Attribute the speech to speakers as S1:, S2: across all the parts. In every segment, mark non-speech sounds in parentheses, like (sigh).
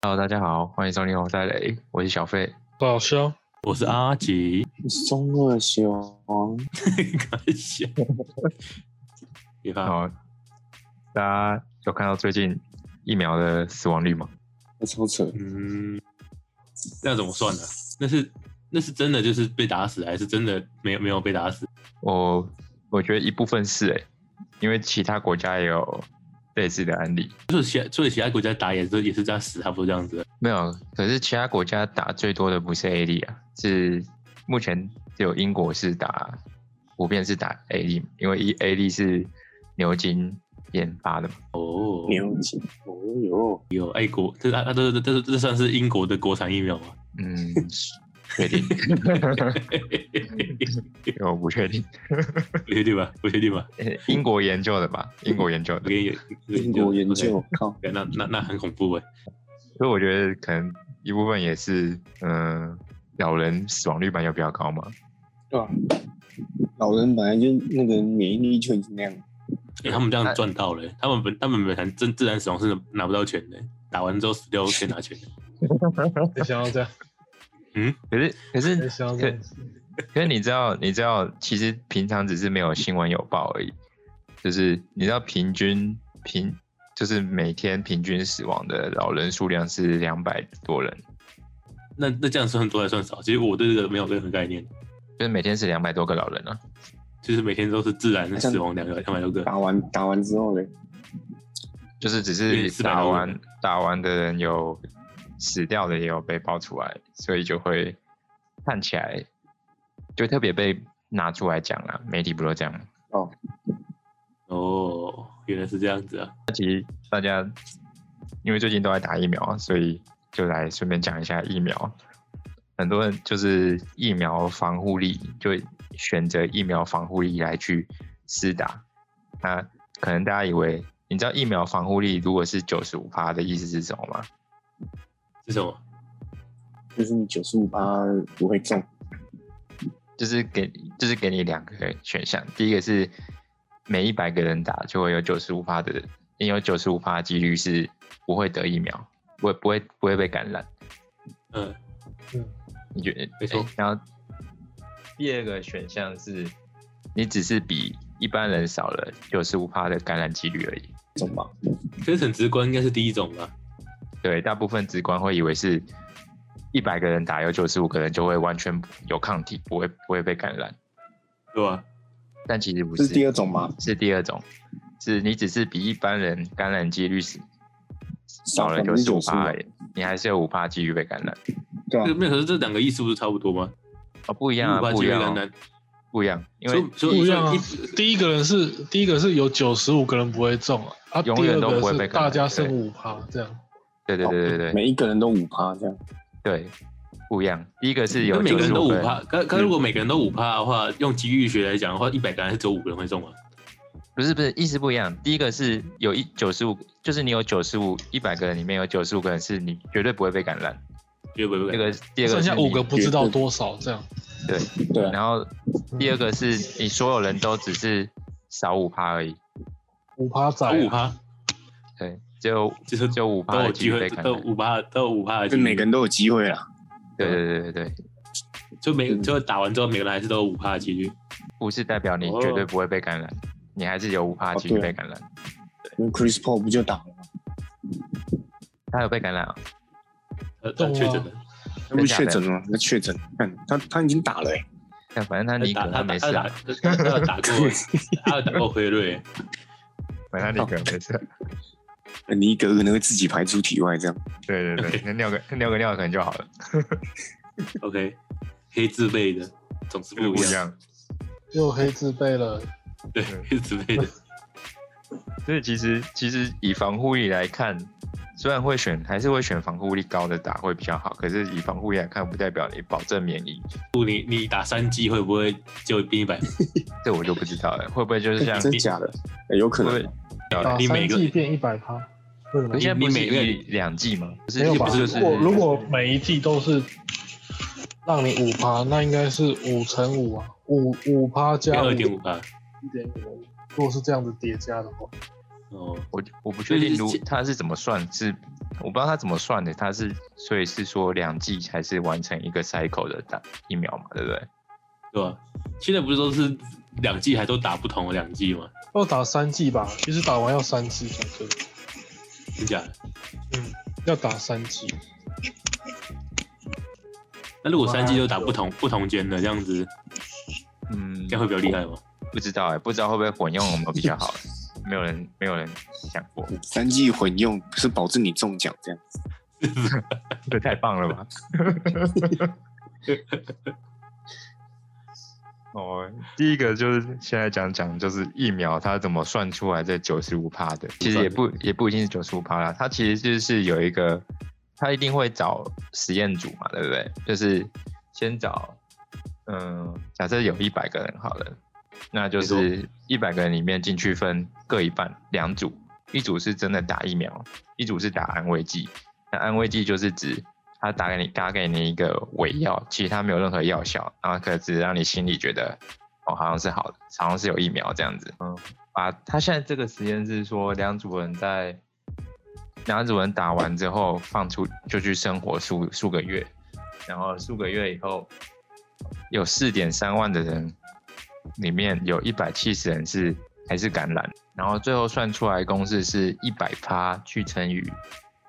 S1: 大家好，欢迎收听《红赛雷》，我是小费。
S2: 老兄，
S3: 我
S4: 嗯
S3: 是阿
S4: (laughs)
S3: 吉，
S4: 中二熊，
S3: 开笑。你看，
S1: 好，大家有看到最近疫苗的死亡率吗？
S4: 那超扯，
S3: 嗯，那怎么算呢？那是那是真的就是被打死，还是真的没有没有被打死？
S1: 我我觉得一部分是诶、因为其他国家也有类似的案例，
S3: 就是其他所以其他国家打也是也是这样死，差不多这样子。
S1: 没有。可是其他国家打最多的不是 A D 啊，是目前只有英国是打，普遍是打 A D，因为 E A D 是牛津研发的嘛。
S3: 哦，
S4: 牛津，哦哟，
S3: 有爱国，这啊啊这这这这算是英国的国产疫苗吗？
S1: 嗯，确定？我不确定，
S3: 不确定吧，不确定吧。
S1: (laughs) 英国研究的吧？英国研究
S3: 我
S1: 的。
S3: 给你
S4: 英国研究，靠，
S3: 对，那那那很恐怖哎。
S1: 所以我觉得可能一部分也是，嗯、老人死亡率本来就比较高嘛。
S2: 对吧？
S4: 老人本来就那个免疫力就已经那样，
S3: 欸，他们这样赚到了欸、他们本他们本来自自然死亡是拿不到钱的欸、打完之后
S4: (laughs)
S3: 死掉可以拿钱的。
S2: 你想要这样，
S1: 可是可
S2: 你
S1: 是
S2: 想要这样子，
S1: 可是你知道你知道，其实平常只是没有新闻有报而已。就是你知道平均平就是每天平均死亡的老人数量是两百多人，
S3: 那那这样算多还算少？其实我对这个没有任何概念，
S1: 就是每天是两百多个老人啊。
S3: 就是每天都是自然死亡两个两百多个，
S4: 打完打完之后嘞，
S1: 就是只
S3: 因为
S1: 是
S3: 400
S1: 打
S3: 多
S1: 完
S3: 人
S1: 打完的人有死掉的，也有被爆出来，所以就会看起来就特别被拿出来讲啦。媒体不都这样吗？
S3: 哦，原来是这样子啊！
S1: 大家因为最近都在打疫苗，所以就来顺便讲一下疫苗。很多人就是疫苗防护力，就选择疫苗防护力来去施打。那可能大家以为，你知道疫苗防护力如果是九十五趴的意思是什么吗？
S3: 是什么？
S4: 就是你九十五趴不会中，
S1: 就是给就是给你两个选项，第一个是每一百个人打就会有九十五趴的，你有九十五趴几率是不会得疫苗，不会不会不会被感染。
S3: 嗯，
S1: 你觉得
S3: 没错
S1: 诶然后第二个选项是，你只是比一般人少了九十五趴的感染几率而已。
S4: 中吧，
S3: 可是很直观，应该是第一种吧？
S1: 对，大部分直观会以为是一百个人打有九十五个人就会完全有抗体，不会不会被感染，
S3: 对吧？
S1: 但其实不
S4: 这是第二种吗？
S1: 是第二种，是你只是比一般人感染几率是少了九十五
S4: 95%
S1: 趴，你还是有五趴几率被感染。
S4: 对吧啊
S3: 这个？没有，可是这两个意思不是差不多吗？
S1: 哦，不一样啊，
S3: 五趴
S1: 不一
S3: 几率
S1: 样
S3: 感
S1: 哦，
S3: 染，
S1: 不一样，因
S3: 所
S1: 为
S3: 以所
S2: 不
S3: 以
S2: 一样啊
S3: 所以
S2: 第一个人是第一个是有九十五个人不会中啊，啊，第
S1: 永远
S2: 二
S1: 都不会
S2: 个
S1: 被
S2: 是
S1: 感染
S2: 大家剩五趴这样，
S1: 对对对对对
S4: 每一个人都五趴这样，
S1: 对，不一样。第一个是嗯
S3: 那
S1: 有
S3: 每
S1: 九
S3: 个人
S1: 十
S3: 都
S1: 五
S3: 五
S1: 分，
S3: 趴，可可如果每个人都五趴的话，用机遇学来讲的话，一百个人还是只有五个人会中啊。
S1: 不是不是，意思不一样。第一个是有一九十五，就是你有九十五，一百个人里面有九十五个人是你绝对不会被感染。
S3: 绝对不会
S1: 这
S3: 被感染。
S1: 个第二个
S2: 剩
S1: 是
S2: 下五个
S1: 你
S2: 不知道多少这样，嗯
S4: 对啊，
S1: 然后第二个是你所有人都只是少五趴而已，
S2: 五趴仔啊，
S3: 有五趴，
S1: 对，只有
S3: 就是
S1: 只有五趴
S3: 都有
S1: 的几
S3: 机
S1: 率被
S3: 会，
S1: 感
S3: 都有
S1: 染。
S3: 五趴，都有五趴的机
S4: 就
S3: 会。
S4: 每个人都有机会啦，
S1: 对对对对对，
S3: 就每
S4: 嗯
S3: 就打完之后，每个人还是都有五趴的几率。
S1: 不是代表你
S3: 哦
S1: 绝对不会被感染，你还是有五趴的几率
S4: 哦对
S1: 被感染。
S4: 因为 Chris Paul 不就打了吗？
S1: 他有被感染啊？
S3: 呃，
S2: 中
S3: 呃
S2: 啊
S3: 确诊的，
S4: 他不是确诊了吗？他确诊，看他他已经打了欸，
S1: 但反正他
S3: 他
S1: 尼
S3: 哎打
S1: 可
S3: 他
S1: 能
S3: 打
S1: 没
S3: 他
S1: 事
S3: 打
S1: 啊，
S3: 他他他有打过，
S2: (laughs)
S3: 他有打过辉瑞，
S1: 反正他尼
S3: 哦
S1: 可能没事啊。
S4: 尼格可能会自己排出体外这样，
S1: 对对对，那尿个尿个尿可能就好了，
S3: OK，黑自备的总是不
S1: 不
S3: 一
S1: 一
S3: 样，
S1: 样。
S2: 又黑自备了，
S3: 对， (laughs) 黑自备的，
S1: 所以其实其实以防护力来看，虽然会选还是会选防护力高的打会比较好，可是以防护力来看，不代表你保证免疫，
S3: 不你你打三剂会不会就变一百？
S1: 这我就不知道了，会不会就是像
S3: 啊哎
S4: 真假的？欸有可
S1: 会不
S4: 能
S1: 会？
S2: 打
S3: 你
S2: 三
S3: 每个
S2: 季变一百趴，为什么
S1: 可是？现在不
S3: 你
S1: 是
S3: 每个
S1: 以两剂吗？不是
S2: 没有吧
S1: 不？是就是
S2: 如果如果每一季都是让你五趴，那应该是五乘五啊，五五趴加
S3: 二
S2: 一
S3: 点五吧，啊
S2: 点五，如果是这样子叠加的话，
S3: 哦，
S1: 我我不确定
S3: 就
S1: 如
S3: 是其
S1: 他是怎么算，是我不知道他怎么算的，他是所以是说两剂才是完成一个 cycle 的打疫苗嘛，对不对？
S3: 对吧？现在不是都是两季还都打不同的两季吗？
S2: 要打三剂吧，其实打完要三剂才可以，
S3: 真假的？
S2: 嗯，要打三剂。
S3: 那如果三季都打不同不同间的这样子，
S1: 嗯
S3: 这，样会比较厉害吗？ (laughs)
S1: 不知道哎、不知道会不会混用有没有比较好，没有人没有人想过，
S4: 三剂混用是保证你中奖这样。
S1: 这太棒了吧！哦，第一个就是现在讲讲就是疫苗它怎么算出来这九十五帕的，其实也不也不一定是九十五帕啦，它其实就是有一个，它一定会找实验组嘛，对不对？就是先找，嗯，假设有一百个人好了，那就是一百个人里面进去分各一半两组，一组是真的打疫苗，一组是打安慰剂，那安慰剂就是指它打给你打给你一个伪药，其实它没有任何药效，然后可只让你心里觉得哦好像是好的，好像是有疫苗这样子。嗯，把他现在这个实验是说两组人在两组人打完之后放出就去生活数数个月，然后数个月以后有四点三万的人里面有一百七十人是还是感染，然后最后算出来公式是一百趴去乘以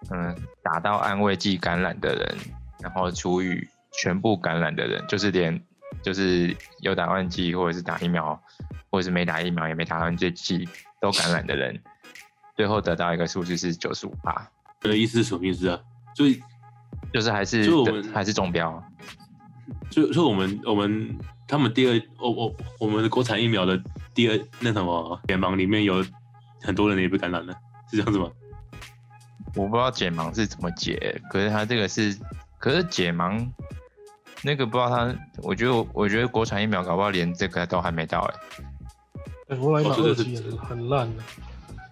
S1: 嗯打到安慰剂感染的人，然后除以全部感染的人，就是连就是有打安慰剂或者是打疫苗，或者是没打疫苗也没打安慰剂都感染的人，最后得到一个数字是九十五趴，
S3: 我的意思是什么意思啊？所以
S1: 就是还是
S3: 所以我们
S1: 还是中标。
S3: 就就我们我们他们第二，我我我们的国产疫苗的第二那什么联盟里面有很多人也被感染了，是这样子吗？
S1: 我不知道解盲是怎么解，可是他这个是，可是解盲那个不知道他，我觉得我我觉得国产疫苗搞不好连这个都还没到哎、
S2: 哎、我来
S3: 哦
S2: 打
S3: 这个
S2: 二
S3: 是
S2: 剂很很烂的、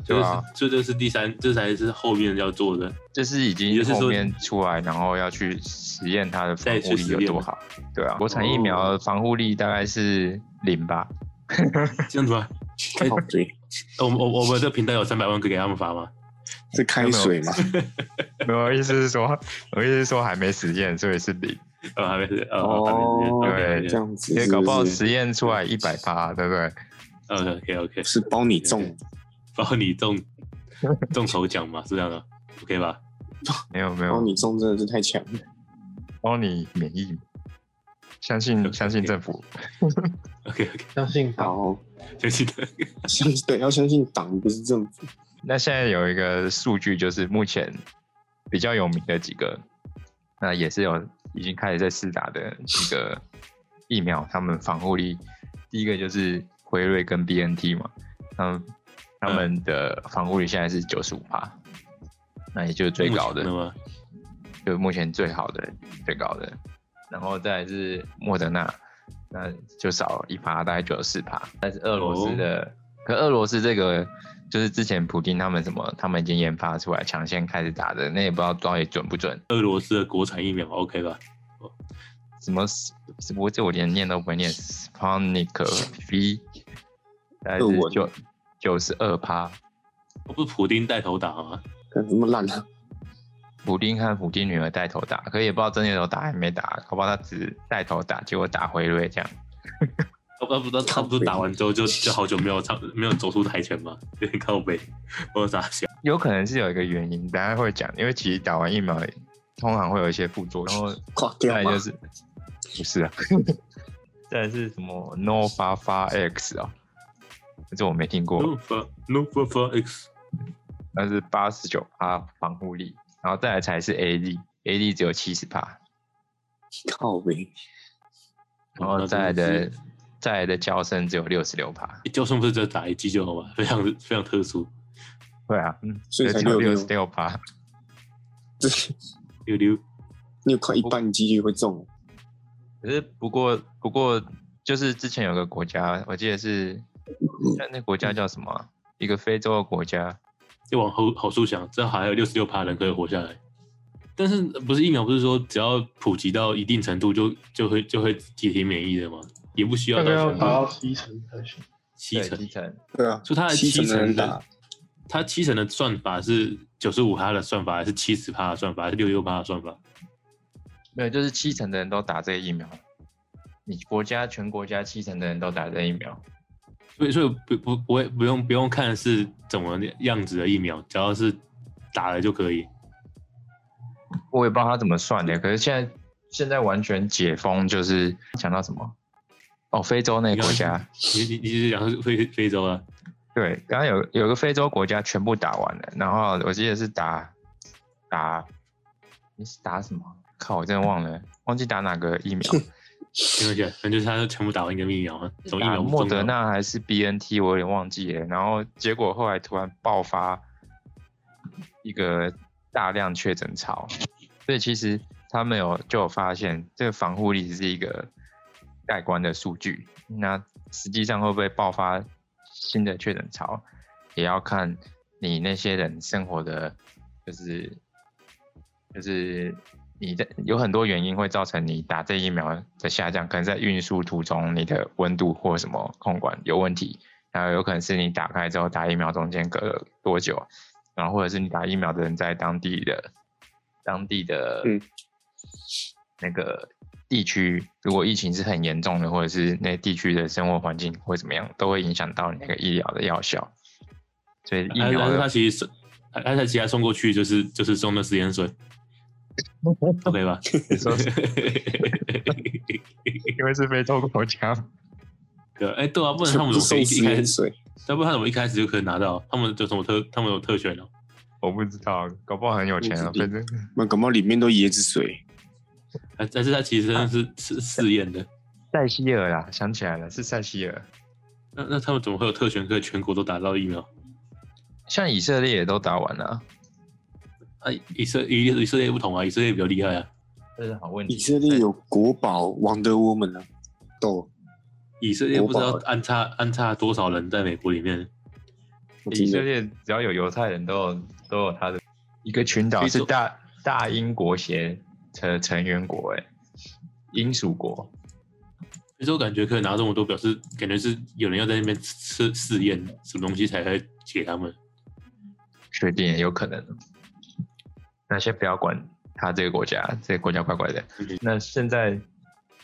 S3: 这
S1: 对
S3: 就
S1: 啊
S3: 是这就是第三，这才是后面要做的。
S1: 这是已
S3: 也
S1: 经
S3: 就是说
S1: 后面出来，然后要去实验它的防
S3: 再去
S1: 护力
S3: 实
S1: 有
S3: 验哦
S1: 多
S3: 了
S1: 好。对啊，国产疫苗的防护力大概是零
S3: (laughs)
S1: 吧。
S3: 这样子吗？哎
S4: 靠哦对，
S3: 我们我我们这频道有三百万个给他们发吗？
S4: 是开水吗？
S1: 没有，我意思是说，我意思是说还没实验，所以是零。
S3: 呃，还没是呃，
S4: 哦，
S3: 还没
S1: 对
S3: 是
S4: 这样子
S1: 也
S4: 是
S1: 搞不好
S4: 不是
S1: 实验出来一百八，对不对？
S3: ，OK OK OK，
S4: 是包你中，
S3: 包你中中头奖嘛，是这样的，OK 吧？
S1: 没有没
S4: 包
S1: 有，
S4: 哦你中真的是太强了。
S1: 帮你免疫，相
S3: (laughs)
S1: 信相信政府。
S3: OK OK，
S2: 相信吧。
S4: 好，
S3: 相信的。
S4: 相对要相信党不是政府。
S1: 那现在有一个数据，就是目前比较有名的几个，那也是有已经开始在试打的几个疫苗，他们防护力，第一个就是辉瑞跟 B N T 嘛，他们他们的防护力现在是九十五帕，那也就是最高的，
S3: 那么
S1: 就目前最好的最高的，然后再来是莫德纳，那就少一趴，大概九十四趴。但是俄罗
S4: 哦
S1: 斯的，可俄罗斯这个就是之前普京他们什么，他们已经研发出来，抢先开始打的，那也不知道到底准不准。
S3: 俄罗斯的国产疫苗 OK 吧？
S1: 什么，我这我连念都不会念 s p o n i k V，大概
S4: 俄
S1: 是
S4: 文
S1: 九九十二趴。
S3: 不是普丁带头打吗？
S4: 干什么烂啊？
S1: 普丁和普丁女儿带头打，可也不知道真的有打还没打，好不好？他只带头打，结果打回瑞这样。
S3: 他不知道他不是打完之后就就好久没有唱没有走出台前吗？有点 (laughs) 靠背，我傻笑。
S1: 有可能是有一个原因，等下会讲，因为其实打完疫苗通常会有一些副作用，然后
S4: 垮
S1: 再
S4: 掉
S1: 来
S4: 吗
S1: 就？是不是啊， (laughs) 再来是什么 No 发发 X 啊、这我没听过，
S3: No for No for for X，
S1: 但是八十九趴防护力，然后再来才是 AZ，AZ 只有七十趴，
S4: 靠呗，
S1: 然后再来的再来的叫声只有六十六趴，
S3: 交哎生不是只有打一剂就好 (laughs) 吗？非常非常特殊，
S1: 对啊，嗯，
S4: 所以才
S1: 只有
S4: 六
S1: 十六趴，
S4: 这
S3: 溜溜。
S4: 你有靠一半几率会中，哦
S1: 可是不过不过就是之前有个国家，我记得是那那国家叫什么啊、一个非洲的国家。
S3: 就往后好处想，这还有六十六趴人可以活下来。但是不是疫苗不是说只要普及到一定程度就就会就会集体免疫的吗？也不需
S2: 大
S3: 要
S2: 概
S3: 到
S2: 要打
S3: 全部
S2: 到七成才行。
S3: 七成，
S1: 层，
S4: 对啊，
S3: 所以它的
S4: 七
S3: 七
S4: 成的
S3: 成
S4: 人
S3: 的
S4: 打，
S3: 它七成的算法是九十五趴的算法，还是七十趴的算法，还是六六趴的算法？
S1: 没有，就是七成的人都打这个疫苗，你国家全国家七成的人都打这疫苗，
S3: 所以所以不不不会不用不用看是怎么样子的疫苗，只要是打了就可以。
S1: 我也不知道他怎么算的。可是现在现在完全解封，就是讲到什么哦，非洲那个国家，
S3: 你你你是讲是非非洲啊？
S1: 对，刚刚有有个非洲国家全部打完了，然后我记得是打打你是打什么？靠，我真的忘了，忘记打哪个疫苗，
S3: 没关系啊，反正就是他全部打完一个疫苗啊，什么疫
S1: 打
S3: 苗不
S1: 莫
S3: 重
S1: 德
S3: 要
S1: 纳还是 B N T，我有点忘记了。然后结果后来突然爆发一个大量确诊潮，所以其实他们有就有发现，这个防护力是一个盖棺的数据。那实际上会不会爆发新的确诊潮，也要看你那些人生活的，就是就是你在有很多原因会造成你打这疫苗的下降，可能在运输途中你的温度或什么控管有问题，然后有可能是你打开之后打疫苗中间隔了多久，然后或者是你打疫苗的人在当地的当地的
S4: 嗯
S1: 那个地区，如果疫情是很严重的，或者是那地区的生活环境或怎么样，都会影响到你那个医疗的药效。所以疫
S3: 还
S1: 苗
S3: 还是他
S1: 的
S3: 其实送还还是他其实他送过去就是就是送那食
S1: (laughs)
S3: 盐水，OK 吧？ (laughs)
S1: 你说是 (laughs) 因为是非洲国家，
S3: 对啊，哎、对啊，不然他们
S4: 就
S3: 怎么可以
S4: 送
S3: 一
S4: 食
S3: 开
S4: 盐
S3: 始？
S4: 水，
S3: 要不然他怎么一开始就可以拿到？他们有什么特？他们有特权哦、
S1: 我不知道，搞不好很有钱啊，
S4: 不知
S1: 反
S4: 道
S1: 正
S4: 那感冒里面都椰子水，
S3: 还还是他其实真的
S1: 啊
S3: 是是试验的？
S1: 塞西尔啦，想起来了，是塞西尔。
S3: 那那他们怎么会有特权可以全国都打到疫苗？
S1: 像以色列也都打完了，
S3: 啊，以色以以色列不同啊，以色列比较厉害啊。
S1: 这是好问
S4: 以色列有国宝 Wonder Woman 啊，豆，
S3: 以色列不知道
S4: 国宝
S3: 安插安插多少人在美国里面，
S1: 以
S4: 真
S1: 色
S4: 的
S1: 列只要有犹太人都有都有他的一个群岛
S3: 非
S1: 是
S3: 洲
S1: 大大英国协成成员国、欸，英属国。
S3: 所以说感觉可以拿这么多，表示感觉是有人要在那边试试验什么东西才会给他们。
S1: 确定也有可能。那先不要管他这个国家，这个国家怪怪的
S3: 嗯。
S1: 那现在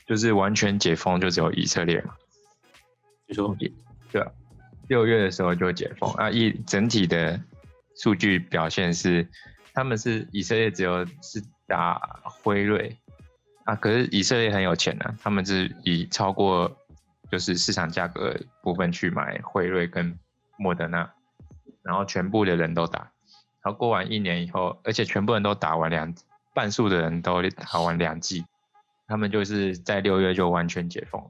S1: 就是完全解封，就只有以色列嘛，
S3: 就说
S1: 嗯啊六月的时候就解封啊。一整体的数据表现是，他们是以色列只有是打辉瑞啊，可是以色列很有钱啊，他们是以超过就是市场价格的部分去买辉瑞跟莫德纳，然后全部的人都打。然后过完一年以后，而且全部人都打完两，半数的人都打完两剂，他们就是在六月就完全解封了。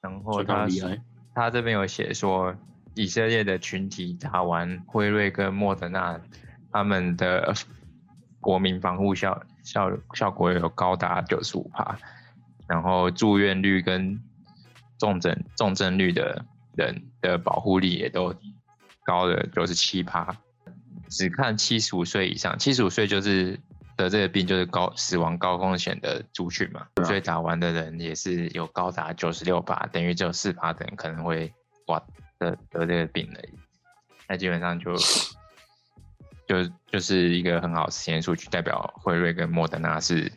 S1: 然后
S3: 相
S1: 他
S3: 当哦厉害，
S1: 他这边有写说，以色列的群体打完辉瑞跟莫德纳，他们的呃国民防护效效效果有高达九十五帕，然后住院率跟重症重症率的人的保护力也都高了九十七帕。只看七十五岁以上，七十五岁就是得这个病就是高死亡高风险的族群嘛，所以打完的人也是有高达九十六趴，等于只有四趴的人可能会哇得得这个病而已。那基本上就就就是一个很好的实验数据，代表辉瑞跟莫德纳是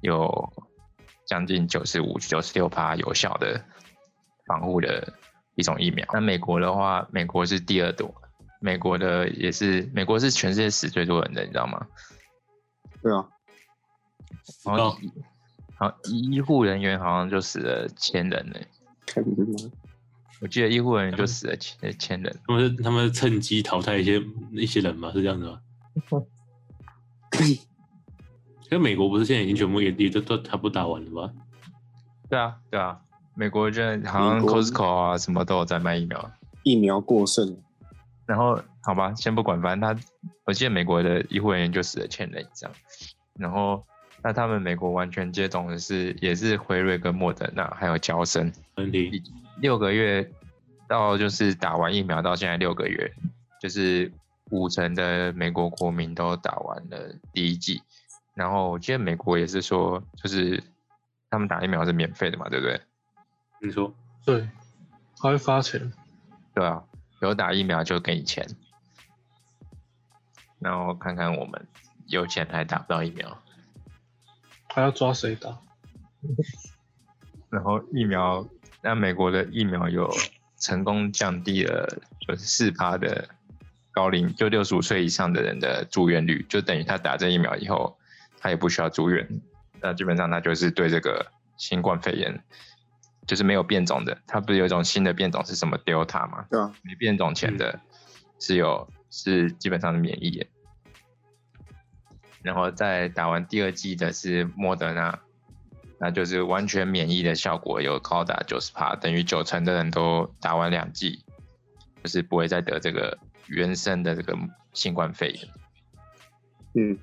S1: 有将近九十五、九十六趴有效的防护的一种疫苗。那美国的话，美国是第二多，美国的也是美国是全世界死最多人的，你知道吗？
S4: 对啊，
S1: 然
S3: 哦
S1: 后医，好医护人员好像就死了千人呢、
S4: 看你妈， (laughs)
S1: 我记得医护人员就死了千千人，
S3: 他们是他们是趁机淘汰一些一些人嘛，是这样子吗？可是美国不是现在已经全部也也都都差不多打完了吗？
S1: 对啊对啊，美国人好像
S4: 美国
S1: Costco 啊什么都有在卖疫苗，
S4: 疫苗过剩，
S1: 然后好吧，先不管，反正他，我记得美国的医护人员就死了千人以上，然后那他们美国完全接种的是也是辉瑞跟莫德纳还有胶生，
S3: 问题
S1: 六个月到就是打完疫苗到现在六个月，就是五成的美国国民都打完了第一剂，然后我记得美国也是说就是他们打疫苗是免费的嘛，对不对？
S3: 你说
S2: 对，他会发钱。
S1: 对啊，有打疫苗就给你钱，然后看看我们有钱还打不到疫苗，
S2: 还要抓谁打？
S1: 然后疫苗，那美国的疫苗有成功降低了就是四趴的高龄，就六十五岁以上的人的住院率，就等于他打这疫苗以后，他也不需要住院，那基本上他就是对这个新冠肺炎。就是没有变种的，它不是有一种新的变种是什么 Delta 吗？
S4: 对啊，
S1: 没变种前的是有、是基本上是免疫的，然后再打完第二剂的是莫德纳，那就是完全免疫的效果有高达九十帕，等于九成的人都打完两剂，就是不会再得这个原生的这个新冠肺炎。
S4: 嗯，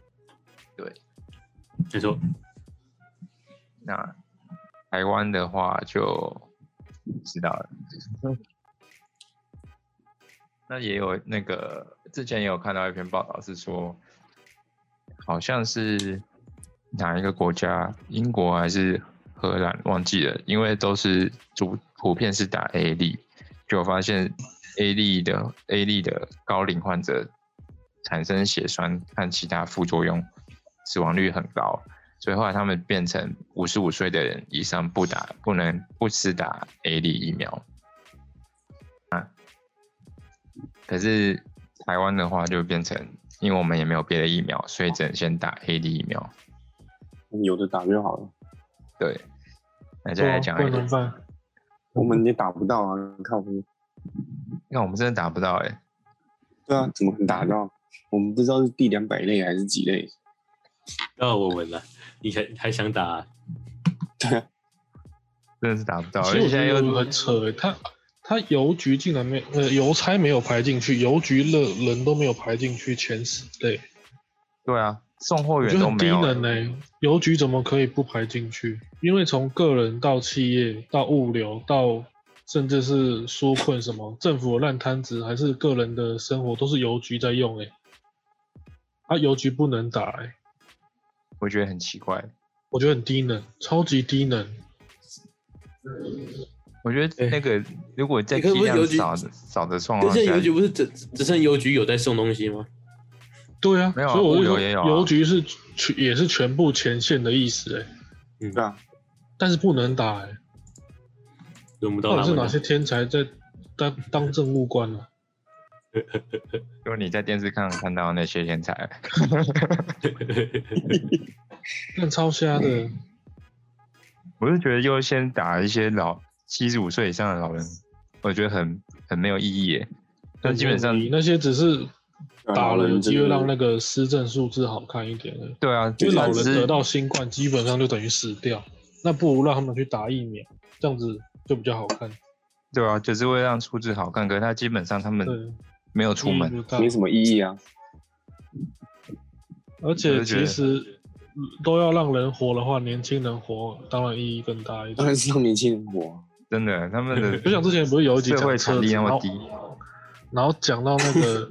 S3: 没错，
S1: 那台湾的话就不知道了。那也有那个之前也有看到一篇报道是说，好像是哪一个国家，英国还是荷兰，忘记了，因为都是主普遍是打 A 粒，就发现 A 粒的 A 粒的高龄患者产生血栓和其他副作用，死亡率很高。所以后来他们变成五十五岁的人以上不打，不能不施打 A 类疫苗啊。啊可是台湾的话就变成，因为我们也没有别的疫苗，所以只能先打 A 类疫苗。
S4: 有的打就好了，
S1: 对，那
S2: 对
S1: 再来
S2: 啊，
S1: 讲
S2: 不
S1: 一
S2: 然怎
S1: 个
S2: 么，办？
S4: 我们也打不到啊，靠谱。
S1: 那我们真的打不到哎、欸，
S4: 对啊，怎么可能打得到？我们不知道是第两百类还是几类。
S3: 到我们了，你还还想打、
S4: (laughs) 对啊，
S1: 真的是打不到，而
S2: 其
S1: 且
S2: 实我
S1: 现在
S2: 觉
S1: 又
S2: 得很扯诶、他他邮局竟然没有呃邮差没有排进去，邮局的人都没有排进去前十对，
S1: 对啊，送货
S2: 我觉
S1: 员
S2: 得
S1: 都
S2: 很
S1: 没
S2: 低
S1: 有
S2: 能欸呢、邮局怎么可以不排进去？因为从个人到企业到物流到甚至是纾困什么政府的烂摊子，还是个人的生活，都是邮局在用诶、欸啊，邮局不能打诶、
S1: 我觉得很奇怪。
S2: 我觉得很低能，超级低能。
S1: 我觉得那个如果在
S3: 欸可是
S1: 批
S3: 不是
S1: 量
S3: 邮局
S1: 少的少啊的状
S3: 可
S1: 况
S3: 是
S1: 下
S3: 邮，局不是只只剩邮局有在送东西吗？
S2: 对啊，
S1: 没有啊
S2: 所以我
S1: 物
S2: 就
S1: 流
S2: 说
S1: 也有啊
S2: 邮局是全也是全部前线的意思诶、欸
S4: 对啊，
S2: 但是不能打诶、欸
S3: 轮不到
S1: 哦
S2: 到底
S3: 他
S2: 是
S3: 们
S2: 哪
S3: 了。
S2: 些天才在当当政务官啊？
S1: 就你在电视上看到那些天才，
S2: 看超瞎
S1: 嗯
S2: 的，
S1: 我是觉得优先打一些老七十五岁以上的老人，我觉得很很没有意义耶。但基本上，
S2: 你那些只是打
S4: 啊老
S2: 了有
S4: 人
S2: 机
S4: 真
S2: 会
S4: 的
S2: 让那个施政数字好看一点而已
S1: 对啊，
S2: 因为老
S1: 只
S2: 人
S1: 是
S2: 得到新冠基本上就等于死掉，那不如让他们去打疫苗，这样子就比较好看。
S1: 对啊，就是为了让数字好看，可是他基本上他们
S2: 对，嗯
S1: 没有出
S2: 意
S1: 门，
S2: 义不大
S4: 没什么意义啊。
S2: 而
S1: 我
S2: 且
S1: 就觉得
S2: 其实嗯都要让人活的话，年轻人活当然意义更大一
S4: 当
S2: 点。
S4: 然是让年轻人活啊、
S1: 真的，他们
S2: (laughs) 就
S1: 的
S2: 像之前不是有一集
S1: 社
S2: 讲
S1: 会
S2: 车
S1: 产
S2: 子，
S1: 力那
S2: 然
S1: 么
S2: 后
S1: 低，
S2: 然后讲到那个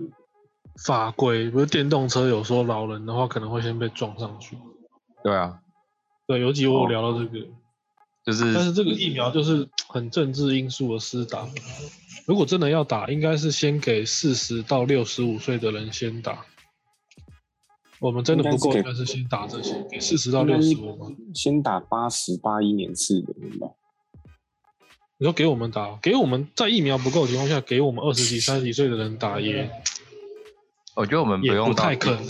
S2: 法规，不是电动车有说老人的话可能会先被撞上去。
S1: 对啊，
S2: 对，有集我
S1: 哦
S2: 有聊到这个，
S1: 就是
S2: 但是这个疫苗就是很政治因素的施打。如果真的要打，应该是先给四十到六十五岁的人先打。我们真的不够，
S4: 应
S2: 应
S4: 该
S2: 该是先打这些，给四十到
S4: 应该
S2: 六
S4: 是
S2: 十五嘛。
S4: 先打八十八一年次的人吧。
S2: 你说给我们打，给我们在疫苗不够的情况下，给我们二十几、三十几岁的人打也
S1: 我觉得我们
S2: 也
S1: 用
S2: 不
S1: 到
S2: 太
S1: 第
S2: 可能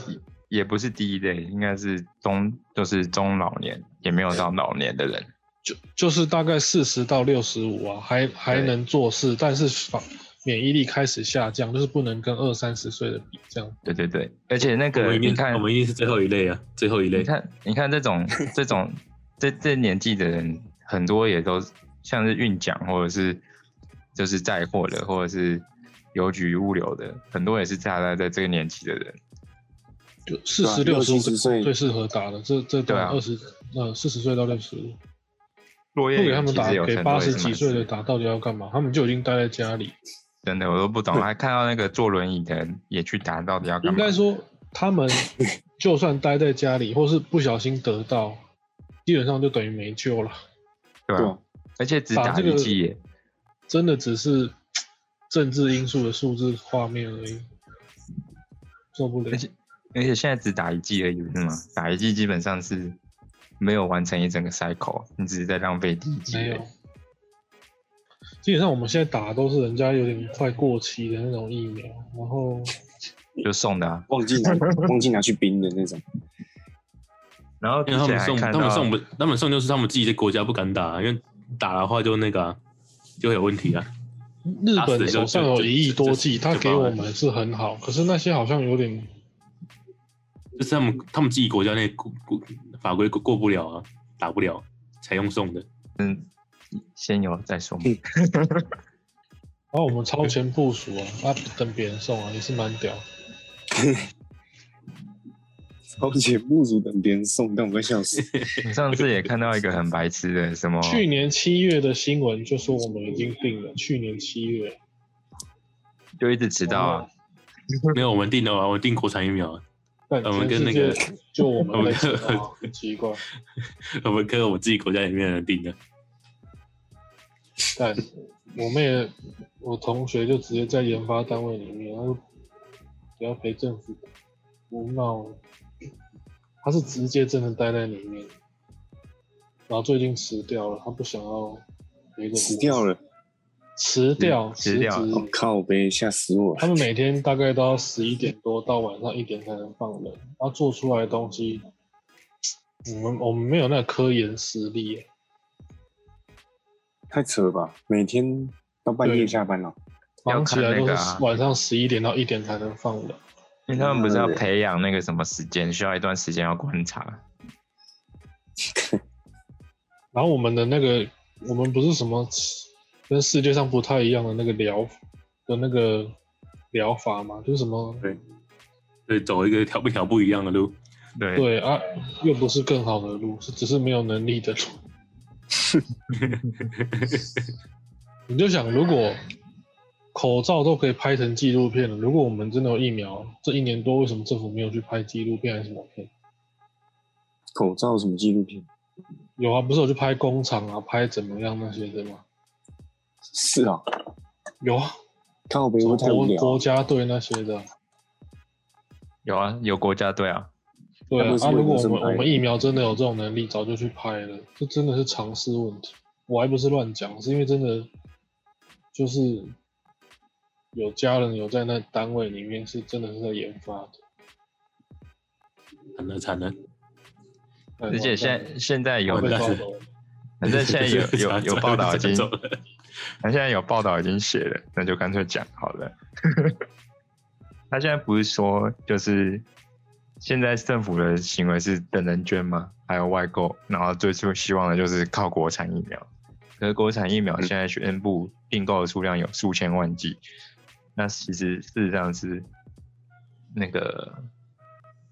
S1: 也不是第一类，应该是中就是中老年，也没有到老年的人，
S2: 就就是大概四十到六十五啊，还还
S1: 对
S2: 能做事，但是防免疫力开始下降，就是不能跟二三十岁的比这样。
S1: 对对对，而且那
S3: 我
S1: 个
S3: 们一
S1: 你
S3: 定
S1: 看
S3: 我们一定是最后一类啊，最后一类
S1: 你。看，你看这种这种这这年纪的人，很多也都像是运奖或者是就是载货的，或者是邮局物流的，很多也是炸在在这个年纪的人。
S2: 就四十
S4: 对啊
S2: 六十
S4: 60岁
S2: 最适合打的，这
S1: 对
S2: 这段
S1: 啊
S2: 二十呃四十岁到六十五，
S1: 落
S2: 不
S1: 叶
S2: 给
S1: 原
S2: 他们
S1: 其
S2: 打
S1: 实有，
S2: 给
S1: 很多
S2: 八
S1: 也
S2: 十
S1: 是
S2: 几
S1: 蛮
S2: 岁的
S1: 衰，
S2: 打到底要干嘛？他们就已经待在家里。
S1: 真的我都不懂。还看到那个坐轮椅的人也去打，到底要干
S2: 应
S1: 嘛？
S2: 该说，他们就算待在家里，或是不小心得到，基本上就等于没救了。
S1: 对
S4: 对
S1: 吧、
S4: 啊，
S1: 而且只
S2: 打
S1: 打
S2: 这个
S1: 一剂耶，
S2: 真的只是政治因素的数字画面而已，受不了
S1: 而。且而且现在只打一季而已，不是吗？打一季基本上是没有完成一整个 cycle，你只是在浪费第一季
S2: 没
S1: 而
S2: 有
S1: 已。，
S2: 基本上我们现在打的都是人家有点快过期的那种疫苗，然后
S1: 就送的、啊。
S4: 忘记 (laughs) 拿忘记拿去冰的那种，
S1: 然后之
S3: 因为他
S1: 前
S3: 们
S1: 还
S3: 送
S1: 看
S3: 他
S1: 到
S3: 们送不他们送就是他们自己的国家不敢打，啊因为打的话就那个、啊、就会有问题啊。
S2: 日
S3: 打死
S2: 本
S3: 就
S2: 手上
S3: 就
S2: 有
S3: 就
S2: 一亿
S3: 就
S2: 多
S3: 就
S2: 剂，
S3: 就
S2: 他给
S3: 爆
S2: 我
S3: 了
S2: 们是很好，可是那些好像有点
S3: 就是他们他们自己国家内过过法规过过不了啊，打不了，才用送的。
S1: 嗯先有再说嘛，
S2: 然后我们超前部署啊，他、等别人送啊，也是蛮屌。
S3: 哦
S4: 超前部署等别人送，但我快笑死。
S1: 你上次也看到一个很白痴的什么，
S2: 去年七月的新闻就说我们已经定了，去年七月
S1: 就一直迟到啊。
S3: 没有我们订的啊，我订国产疫苗啊， (laughs)
S2: 但
S3: 我
S2: 全
S3: 们跟
S2: 世
S3: 那
S2: 界
S3: 个
S2: 就我们在
S3: 我们
S2: 吃
S3: 跟
S2: 啊，很奇怪，
S3: 我们跟我们自己国家里面的人订的。
S2: 但我们也我同学就直接在研发单位里面，他说不要陪政府无脑，他是直接真的待在里面，然后最近辞掉了，他不想要陪着
S4: (laughs) 死掉了，
S2: 辞掉
S1: 辞
S2: 辞
S1: 掉了
S2: 职
S4: 哦、靠呗，吓死我
S2: 他
S4: 了！
S2: 们每天大概都要十一点多到晚上一点才能放人，然后做出来的东西，我们我们没有那个科研实力耶，
S4: 太扯了吧，每天到半夜
S2: 对
S4: 下班了，
S1: 要
S2: 忙起
S1: 看
S2: 来
S1: 那
S2: 都
S1: 个啊
S2: 是晚上十一点到一点才能放人。
S1: 因为他们不是要培养那个什么时间，需要一段时间要观察。
S2: 然后我们的那个，我们不是什么跟世界上不太一样的那个疗的那个疗法嘛，就是什么
S3: 对对，走一个条不条不一样的路。
S1: 对，
S2: 对啊，又不是更好的路，是只是没有能力的路。 (laughs) 你就想，如果口罩都可以拍成纪录片了，如果我们真的有疫苗，这一年多为什么政府没有去拍纪录片还是什么片？
S4: 口罩什么纪录片？
S2: 有啊，不是有去拍工厂啊，拍怎么样那些的吗？
S4: 是啊，
S2: 有啊，
S4: 靠呗，会不会太无
S2: 国
S4: 聊
S2: 国
S4: 啊。
S2: 家队那些的啊、
S1: 有啊，有国家队啊，
S2: 对
S4: 他
S2: 啊
S4: 们，是
S2: 啊
S4: 为
S2: 如果
S4: 民
S2: 我
S4: 生
S2: 们
S4: 拍
S2: 我
S4: 的
S2: 们疫苗真的有这种能力，早就去拍了，这真的是常识问题。我还不是乱讲，是因为真的就是有家人有在那单位里面是真的是在研发的。
S3: 惨了惨了，
S2: 哎
S1: 而且现在现在有
S2: 完蛋
S3: 完
S2: 了被抓
S3: 蛋了
S2: 走了
S1: 反正现在有
S3: (laughs)
S1: 有有报道已经，
S3: 走了 (laughs)
S1: 他现在有报道已经写了，那就干脆讲好了。他现在不是说就是现在政府的行为是等人捐吗？还有外购，然后最初希望的就是靠国产疫苗。可是国产疫苗
S4: 嗯
S1: 现在宣布订购的数量有数千万剂，那其实事实上是那个，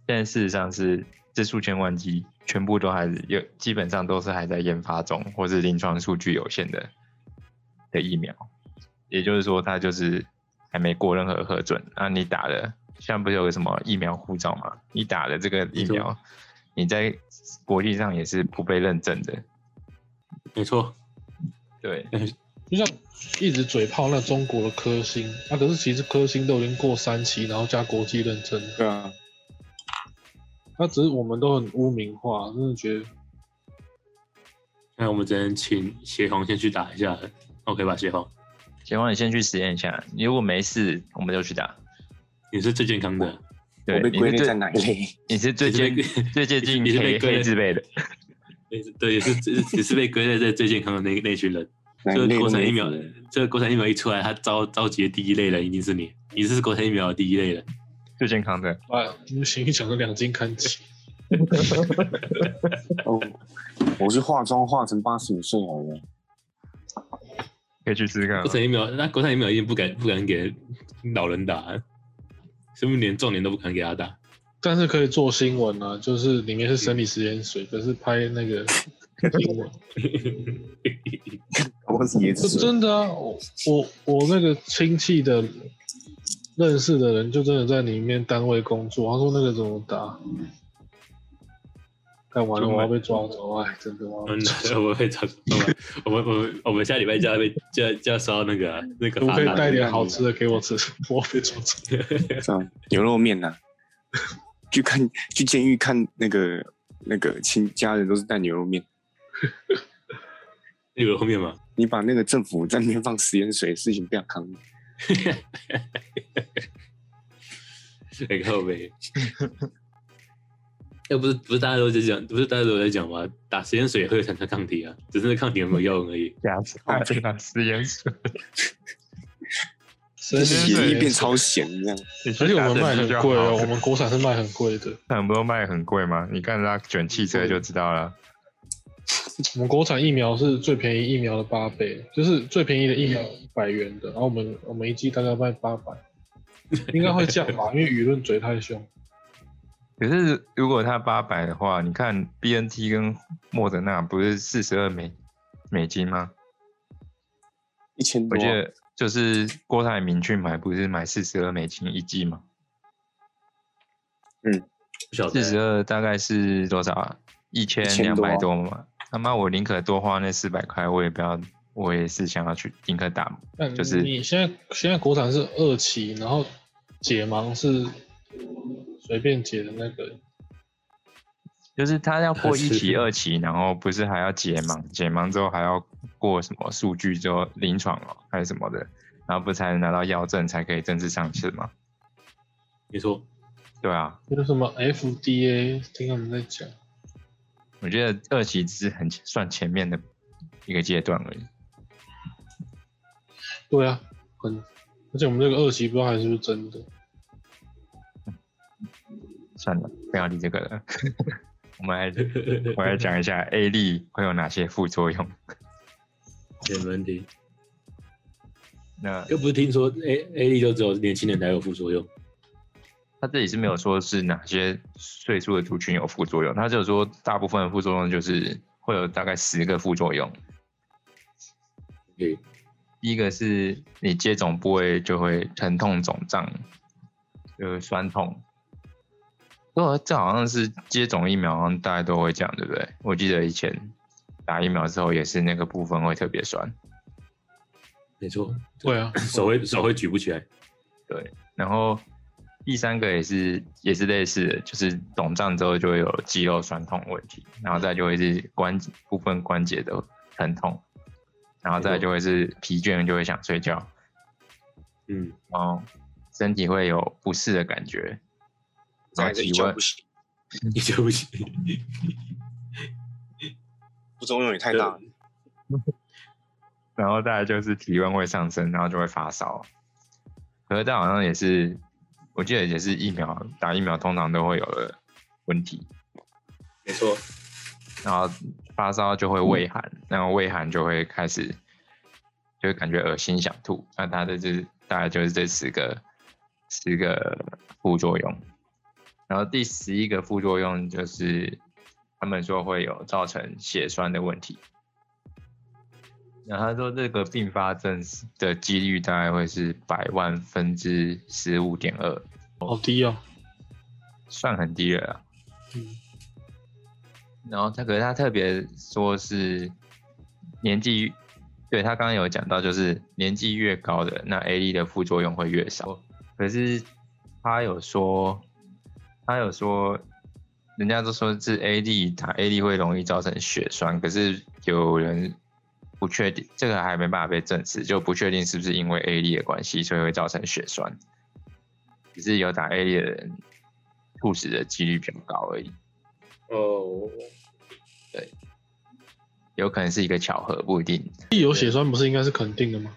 S1: 现在事实上是这数千万剂全部都还是有，基本上都是还在研发中或是临床数据有限的的疫苗，也就是说它就是还没过任何核准。那你打了，像不是有个什么疫苗护照吗？你打了这个疫苗，你在国际上也是不被认证的。
S3: 没错，
S1: 对，
S2: 就像一直嘴炮那中国的科兴，啊，可是其实科兴都已经过三期，然后加国际认证了，
S4: 对啊，
S2: 那只是我们都很污名化，真的觉得
S3: 那我们只能请协同先去打一下了。OK 吧，协同，
S1: 希望你先去实验一下，你如果没事，我们就去打。
S3: 你是最健康的，
S4: 我
S1: 对，
S4: 被
S1: 你
S4: 归
S1: 是
S4: 类在
S1: 最
S4: 哪一类？
S1: 你是最
S3: 你是
S1: 接
S3: 被
S1: 最接近
S3: 你是被
S1: 黑
S3: 归类
S1: 黑字辈的。
S3: 也是对，也是只只是被归类在最健康的那那群人。
S4: 哪一
S3: 这
S4: 类
S3: 个国
S4: 都
S3: 产
S4: 没
S3: 疫苗
S4: 死人，
S3: 这个国产疫苗一出来，它召召集的第一类人一定是你，你是国产疫苗的第一类人。
S1: 最健康的，
S2: 啊，你们行一讲的两斤看齐，
S4: 哦，我是化妆化成八十五岁好了，
S1: 可以去试试看啊
S3: 国。产疫苗，那国产疫苗一定不敢不敢给老人打，甚至连重点都不敢给他打。
S2: 但是可以做新闻啊，就是里面是生理实验
S4: 嗯
S2: 水，可是拍那
S4: (laughs)
S2: 个新闻，
S4: 我是椰
S2: 这
S4: 子水，
S2: 真的啊！我我我那个亲戚的认识的人，就真的在里面单位工作，他说那个怎么打？看完了
S1: 就买
S2: 我要被抓走，哎，真的我要
S3: 嗯， (laughs) 我会找我们我们我们下礼拜就要被就要就要收到那个啊、那个
S2: 可不
S3: 罚
S2: 可以
S3: 单，
S2: 带点好吃的给我吃？我要被抓
S4: (laughs)
S2: 走。
S4: 是吧？牛肉面啊呐、 (laughs) 去看去监狱看那个那个亲家人都是带牛肉面，
S3: 那个后面嘛，
S4: 你把那个政府在那边放食盐水，事情不想扛。
S3: 那个后背。又不是不是大家都在讲，不是大家都在讲吗？打实验水也会产生抗体啊，只是那抗体有没有用而已。
S1: 加起来拿食盐水，
S2: 神
S4: 血液变超咸这样，
S2: 而且我们卖很贵哦，我
S1: 我们
S2: 们国产是卖很贵的，
S1: 很多卖很贵吗？你看它卷汽车就知道了，
S2: 我们国产疫苗是最便宜疫苗的八倍，就是最便宜的疫苗一百元的，然后我们我们一剂大概卖八百，应该会降吧，因为舆论嘴太凶。
S1: 可是如果它八百的话，你看 B N T 跟莫德纳不是四十二美美金吗？
S4: 一千
S1: 我
S4: 多啊、
S1: 记得就是郭台铭去买，不是买四十二美金一剂吗？
S3: 不晓得
S1: 四十二大概是多少啊？一千两百
S4: 1200
S1: 多啊嘛。他妈，我宁可多花那四百块，我也不要，我也是想要去宁可打。
S2: 但
S1: 就是
S2: 你现在现在国产是二期，然后解盲是随便解的那个，
S1: 就是他要过一
S3: 是
S1: (laughs) 期、二期，然后不是还要解盲，解盲之后还要过什么数据之后临床哦，还是什么的，然后不才能拿到药证，才可以正式上市嘛？
S3: 没错，
S1: 对啊，
S2: 那个什么 FDA，听他们在讲，
S1: 我觉得二期只是很算前面的一个阶段而已。
S2: 对啊，很，而且我们这个二期不知道还是不是真的。
S1: 算了，不要理这个了。 (laughs) 我们来，我来讲一下 A 粒会有哪些副作用。
S3: 没问题。
S1: 那
S3: 又不是听说 A A 力就只有年轻人才有副作用，
S1: 他这里是没有说是哪些岁数的族群有副作用，他只有说大部分的副作用就是会有大概十个副作用。
S3: 对，
S1: 第一个是你接种部位就会疼痛、肿胀，就是酸痛。哦，这好像是接种疫苗，好像大家都会这样，对不对？我记得以前打疫苗之后也是那个部分会特别酸。
S3: 没错，
S2: 对啊，
S3: 手会手会举不起来，
S1: 然后第三个也是也是类似的，就是肿胀之后就会有肌肉酸痛问题，然后再就会是关节部分关节的疼痛，然后再就会是疲倦，就会想睡觉，
S3: 嗯，
S1: 然后身体会有不适的感觉，然
S4: 再
S1: 后
S4: 来这一
S1: 体
S4: 觉
S1: 温
S4: 不行，
S3: 你就不行，
S4: 副作用也太大了。
S1: 然后再来就是体温会上升，然后就会发烧。可是这好像也是，我记得也是疫苗打疫苗通常都会有的问题。
S3: 没错，
S1: 然后发烧就会畏寒，然后畏寒就会开始就会感觉恶心想吐。那它的就是大概就是这十个十个副作用。然后第十一个副作用就是他们说会有造成血栓的问题。然后他说这个并发症的几率大概会是百万分之十五点二，
S2: 好低哦。
S1: 算很低了啦。
S2: 嗯，
S1: 然后他可是他特别说是年纪，对他刚刚有讲到，就是年纪越高的那 A 力的副作用会越少。可是他有说，他有说，人家都说是 A 力打 A 力会容易造成血栓，可是有人不确定，这个还没办法被证实，就不确定是不是因为 A 力的关系，所以会造成血栓。只是有打 A 力的人猝死的几率比较高而已。
S3: 哦，
S1: 有可能是一个巧合，不一定。
S2: 一有血栓不是应该是肯定的吗？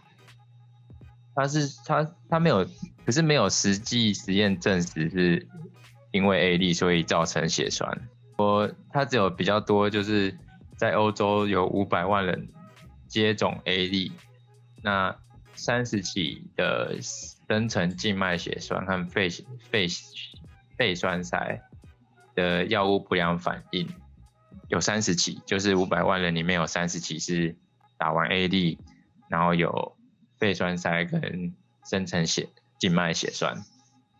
S1: 他是他他没有，可是没有实际实验证实是因为 A 力所以造成血栓。我他只有比较多，就是在欧洲有五百万人接种 A 力，那三十起的深层静脉血栓和肺肺肺栓塞的药物不良反应有三十起，就是五百万人里面有三十起是打完 A 力，然后有肺栓塞跟深层血静脉血栓，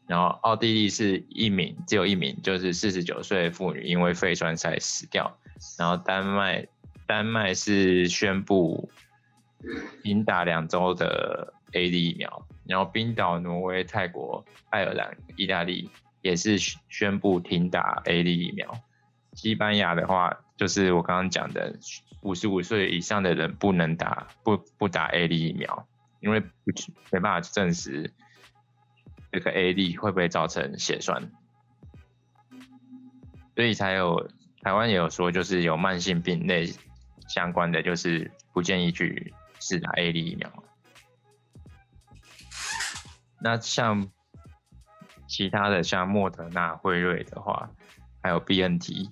S1: 然后奥地利是一名，只有一名，就是四十九岁的妇女因为肺栓塞死掉。然后丹麦，丹麦是宣布停打两周的 A D 疫苗。然后冰岛、挪威、泰国、爱尔兰、意大利也是宣宣布停打 A D 疫苗。西班牙的话，就是我刚刚讲的，五十五岁以上的人不能打不不打 A D 疫苗，因为不没办法证实这个 A D 会不会造成血栓，所以才有台湾也有说，就是有慢性病类相关的，就是不建议去试打 A D 疫苗。那像其他的像莫德纳、辉瑞的话，还有 B N T，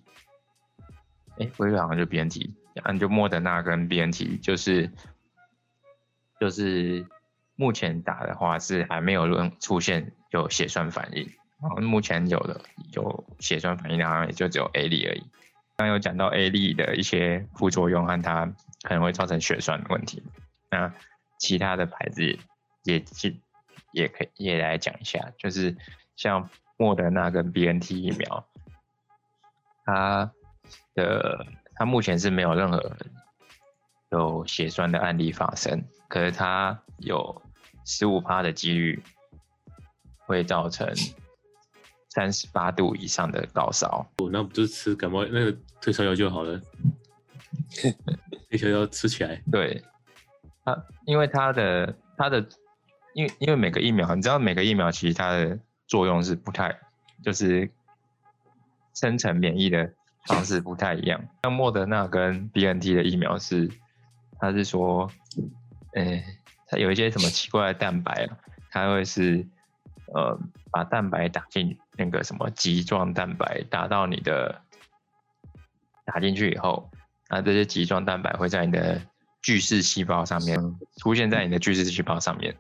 S1: 哎，辉瑞好像就 B N T，按就莫德纳跟 B N T，就是就是目前打的话是还没有人出现有血栓反应，然后目前有的有血栓反应的好像也就只有 A 粒而已。刚刚有讲到 A 粒的一些副作用和它可能会造成血栓的问题，那其他的牌子也也也可以也来讲一下，就是像莫德纳跟 B N T 疫苗，它的它目前是没有任何有血栓的案例发生，可是它有十五趴的几率会造成三十八度以上的高烧。
S3: 我那不就吃感冒那个退烧药就好 (laughs) 了，退烧药吃起来，
S1: 对，它因为它的它的，因为因为每个疫苗，你知道每个疫苗其实它的作用是不太，就是生成免疫的方式不太一样。像莫德纳跟 B N T 的疫苗是，它是说，呃、它有一些什么奇怪的蛋白啊，它会是呃把蛋白打进那个什么棘状蛋白，打到你的打进去以后，那这些棘状蛋白会在你的巨噬细胞上面出现在你的巨噬细胞上面，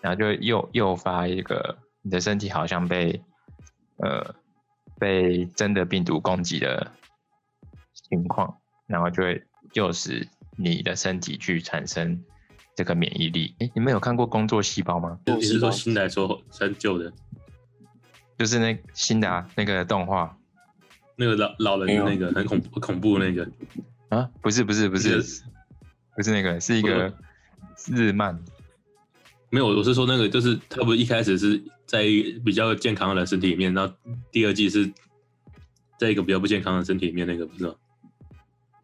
S1: 然后就诱诱发一个你的身体好像被呃被真的病毒攻击的情况，然后就会诱使你的身体去产生这个免疫力。诶，你们有看过工作细胞吗？
S3: 你是说新来说三旧的
S1: 就是那新的、啊、那个动画
S3: 那个老老人的那个很恐怖恐怖的那个，
S1: 啊？不是不是不是
S3: 不
S1: 不是那个，是一个日漫。
S3: 没有，我是说那个就是他不是一开始是在比较健康的身体里面，然后第二季是在一个比较不健康的身体里面那个不是吗？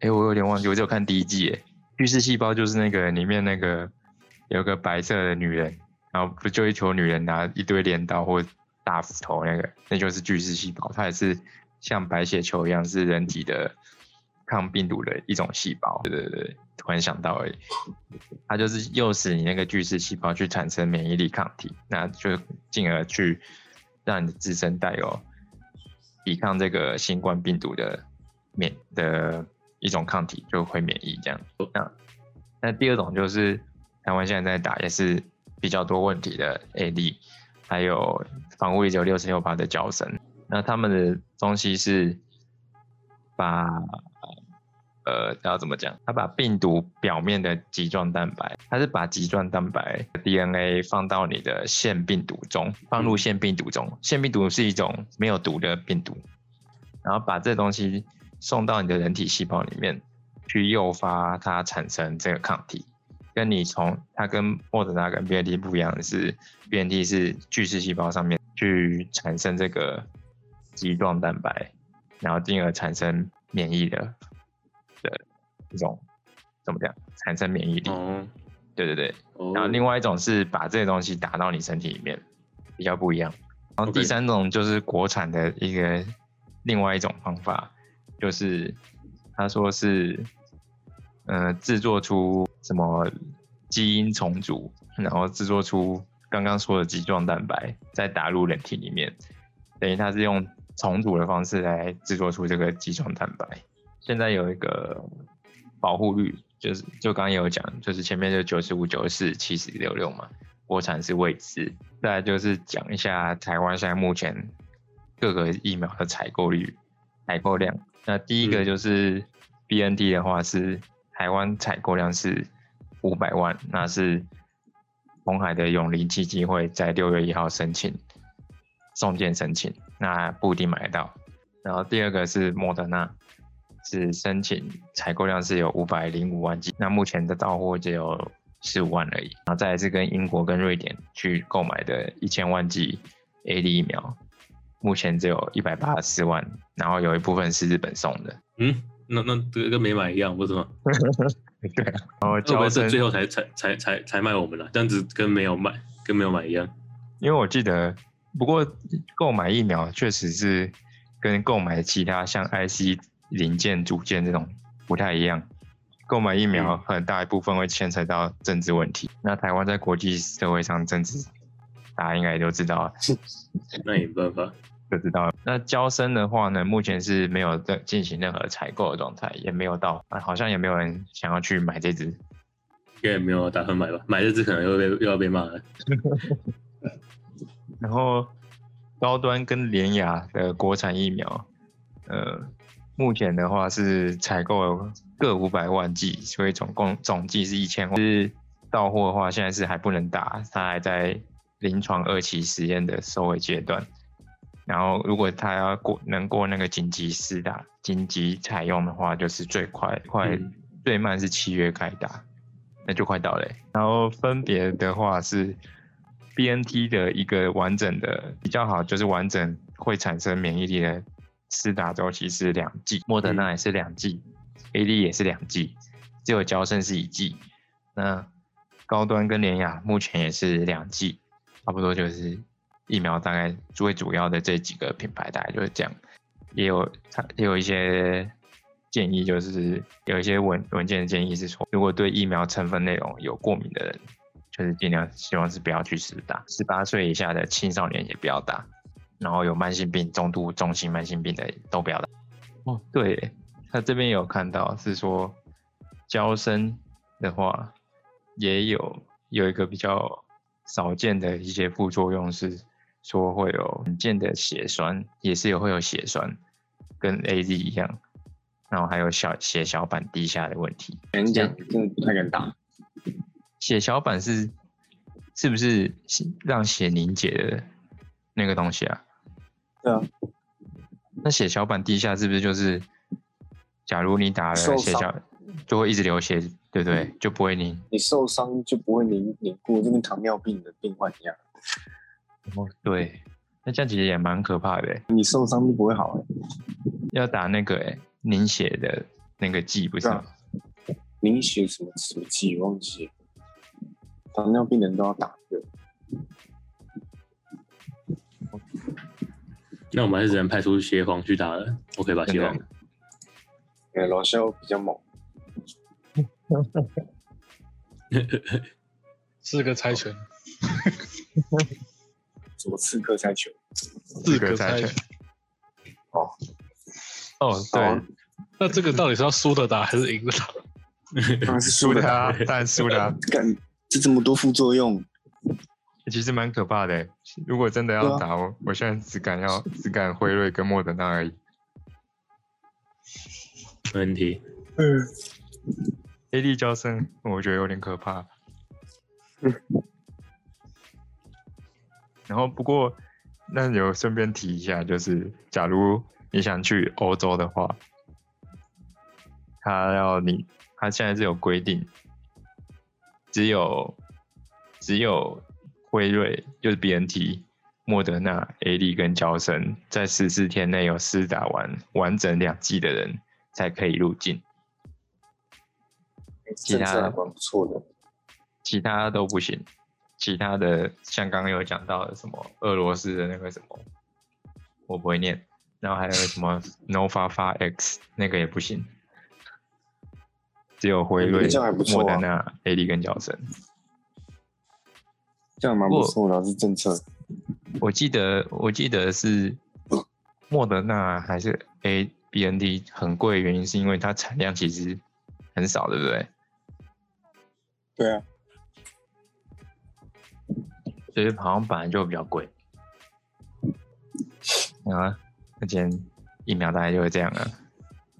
S1: 诶，哎我有点忘记，我只有看第一季。诶，巨噬细胞就是那个里面那个有个白色的女人，然后不就一球女人拿一堆镰刀或大斧头那个，那就是巨噬细胞，它也是像白血球一样是人体的抗病毒的一种细胞。对对对，突然想到而已，它就是诱使你那个巨噬细胞去产生免疫力抗体，那就进而去让你自身带有抵抗这个新冠病毒的免的一种抗体，就会免疫这样。那那第二种就是台湾现在在打也是比较多问题的 A D，还有防护力只有六十六八的胶绳。那他们的东西是把呃要怎么讲？它把病毒表面的棘状蛋白，它是把棘状蛋白 DNA 放到你的腺病毒中，放入腺病毒中。腺病毒是一种没有毒的病毒，然后把这东西送到你的人体细胞里面，去诱发它产生这个抗体。跟你从它跟莫德纳跟 BNT 不一样的是，BNT 是巨噬细胞上面去产生这个棘状蛋白，然后进而产生免疫的的一种怎么讲，产生免疫力。
S3: 哦，
S1: 对对对，
S3: 哦
S1: 然后另外一种是把这些东西打到你身体里面，比较不一样。然后
S3: OK
S1: 第三种就是国产的一个另外一种方法，就是他说是，呃，制作出什么基因重组，然后制作出刚刚说的棘状蛋白，再打入人体里面，等于它是用重组的方式来制作出这个棘状蛋白。现在有一个保护率，就是就刚刚也有讲，就是前面就九十五、九十四、七十六六嘛，国产是未知。再来就是讲一下台湾现在目前各个疫苗的采购率、采购量。那第一个
S3: 嗯
S1: 就是 B N T 的话是台湾采购量是五百万，那是红海的永林基金会在六月一号申请送件申请，那不一定买得到。然后第二个是莫德纳，是申请采购量是有五百零五万剂，那目前的到货只有十五万而已。然后再来是跟英国跟瑞典去购买的一千万剂 A D 疫苗，目前只有一百八十四万，然后有一部分是日本送的。
S3: 嗯，那那这个跟没买一样，为什么？
S1: (laughs) 对啊，然后
S3: 会不
S1: 交
S3: 会是
S1: 生
S3: 最后才才才才才卖我们啊了、这样子跟没有买跟没有买一样。
S1: 因为我记得，不过购买疫苗确实是跟购买其他像 IC 零件、组件这种不太一样。购买疫苗很大一部分会牵扯到政治问题。那台湾在国际社会上政治，大家应该也都知道。
S3: 那也没办法。
S1: 那交生的话呢，目前是没有在进行任何采购的状态，也没有到，啊好像也没有人想要去买这支。
S3: 应该也没有打算买吧，买这只可能又被又要被骂了。
S1: 然后高端跟联雅的国产疫苗，呃，目前的话是采购各五百万剂，所以总共总计是一千万。是到货的话，现在是还不能打，它还在临床二期实验的收尾阶段。然后，如果它要过能过那个紧急施打、紧急采用的话，就是最快快、
S3: 嗯
S1: 最慢是七月开打，那就快到了欸、然后分别的话是 B N T 的一个完整的比较好，就是完整会产生免疫力的施打周期是两剂，莫德纳也是两剂、a D 也是两剂，只有交生是一剂。那高端跟联雅目前也是两剂，差不多就是疫苗大概最主要的这几个品牌大概就是这样。也有它也有一些建议，就是有一些文文件的建议是说，如果对疫苗成分内容有过敏的人，就是尽量希望是不要去试打，十八岁以下的青少年也不要打，然后有慢性病、中度、中型慢性病的都不要打。哦，对耶，他这边有看到是说，交生的话也有有一个比较少见的一些副作用是说会有罕见的血栓，也是有会有血栓，跟 A Z 一样，然后还有小血小板低下的问题。
S4: 敢讲，真的不太敢打。
S1: 血小板是是不是让血凝结的那个东西啊？
S4: 对啊。
S1: 那血小板低下是不是就是，假如你打了
S4: 受
S1: 血
S4: 伤嗯
S1: 小，就会一直流血，对不对？就不会凝。
S4: 你受伤就不会凝凝固，就跟糖尿病的病患一样，
S1: 哦对，那这样其实也蛮可怕的欸。
S4: 你受伤就不会好、啊
S1: 要打那个欸凝血的那个剂，不是
S4: 对
S1: 吗
S4: 啊？凝血什么什么剂忘记了，糖尿病人都要打的。
S3: 那我们还是只能派出协防去打了，OK 吧？
S1: 真
S3: 协
S1: 的
S3: 防，
S4: 呃，老肖比较猛，
S2: 四个猜拳，
S4: 什么刺客塞球，
S2: 四个猜拳。
S4: 哦
S1: 哦，
S3: (laughs)
S4: 好
S1: 对
S4: 啊，
S2: 那这个到底是要输的打还是赢的打？
S4: 当然是
S1: 输
S4: 输
S1: 的
S4: 的啊。
S1: 啊，当然输的 (laughs) 啊，
S4: 干，这这么多副作用，
S1: 其实蛮可怕的欸。如果真的
S4: 对
S1: 要
S4: 啊
S1: 打，我我现在只敢要只敢辉瑞跟莫德纳而已。
S3: 没问题。
S4: 嗯，
S1: A D 交生，我觉得有点可怕。然后不过，那有顺便提一下，就是假如你想去欧洲的话，他要你，他现在是有规定，只有只有辉瑞，就是 B N T、莫德纳、A D 跟交生，在十四天内有施打完完整两剂的人才可以入境。其
S4: 哎政
S1: 他
S4: 策还蛮不错的。
S1: 其他都不行。其他的像刚刚有讲到的什么俄罗斯的那个什么，我不会念，然后还有什么 Nova f a X 那个也不行，只有辉瑞
S4: 嗯这样还不、错
S1: 莫
S4: 啊
S1: 德纳、A D 跟角神。
S4: 这样蛮不错的啊，是政策。
S1: 我记得我记得
S4: (laughs)
S1: 是莫德纳还是 A B N T 很贵，的原因是因为它产量其实很少，对不对？
S4: 对啊，
S1: 所以好像本来就比较贵。啊，那今天疫苗大概就是这样了，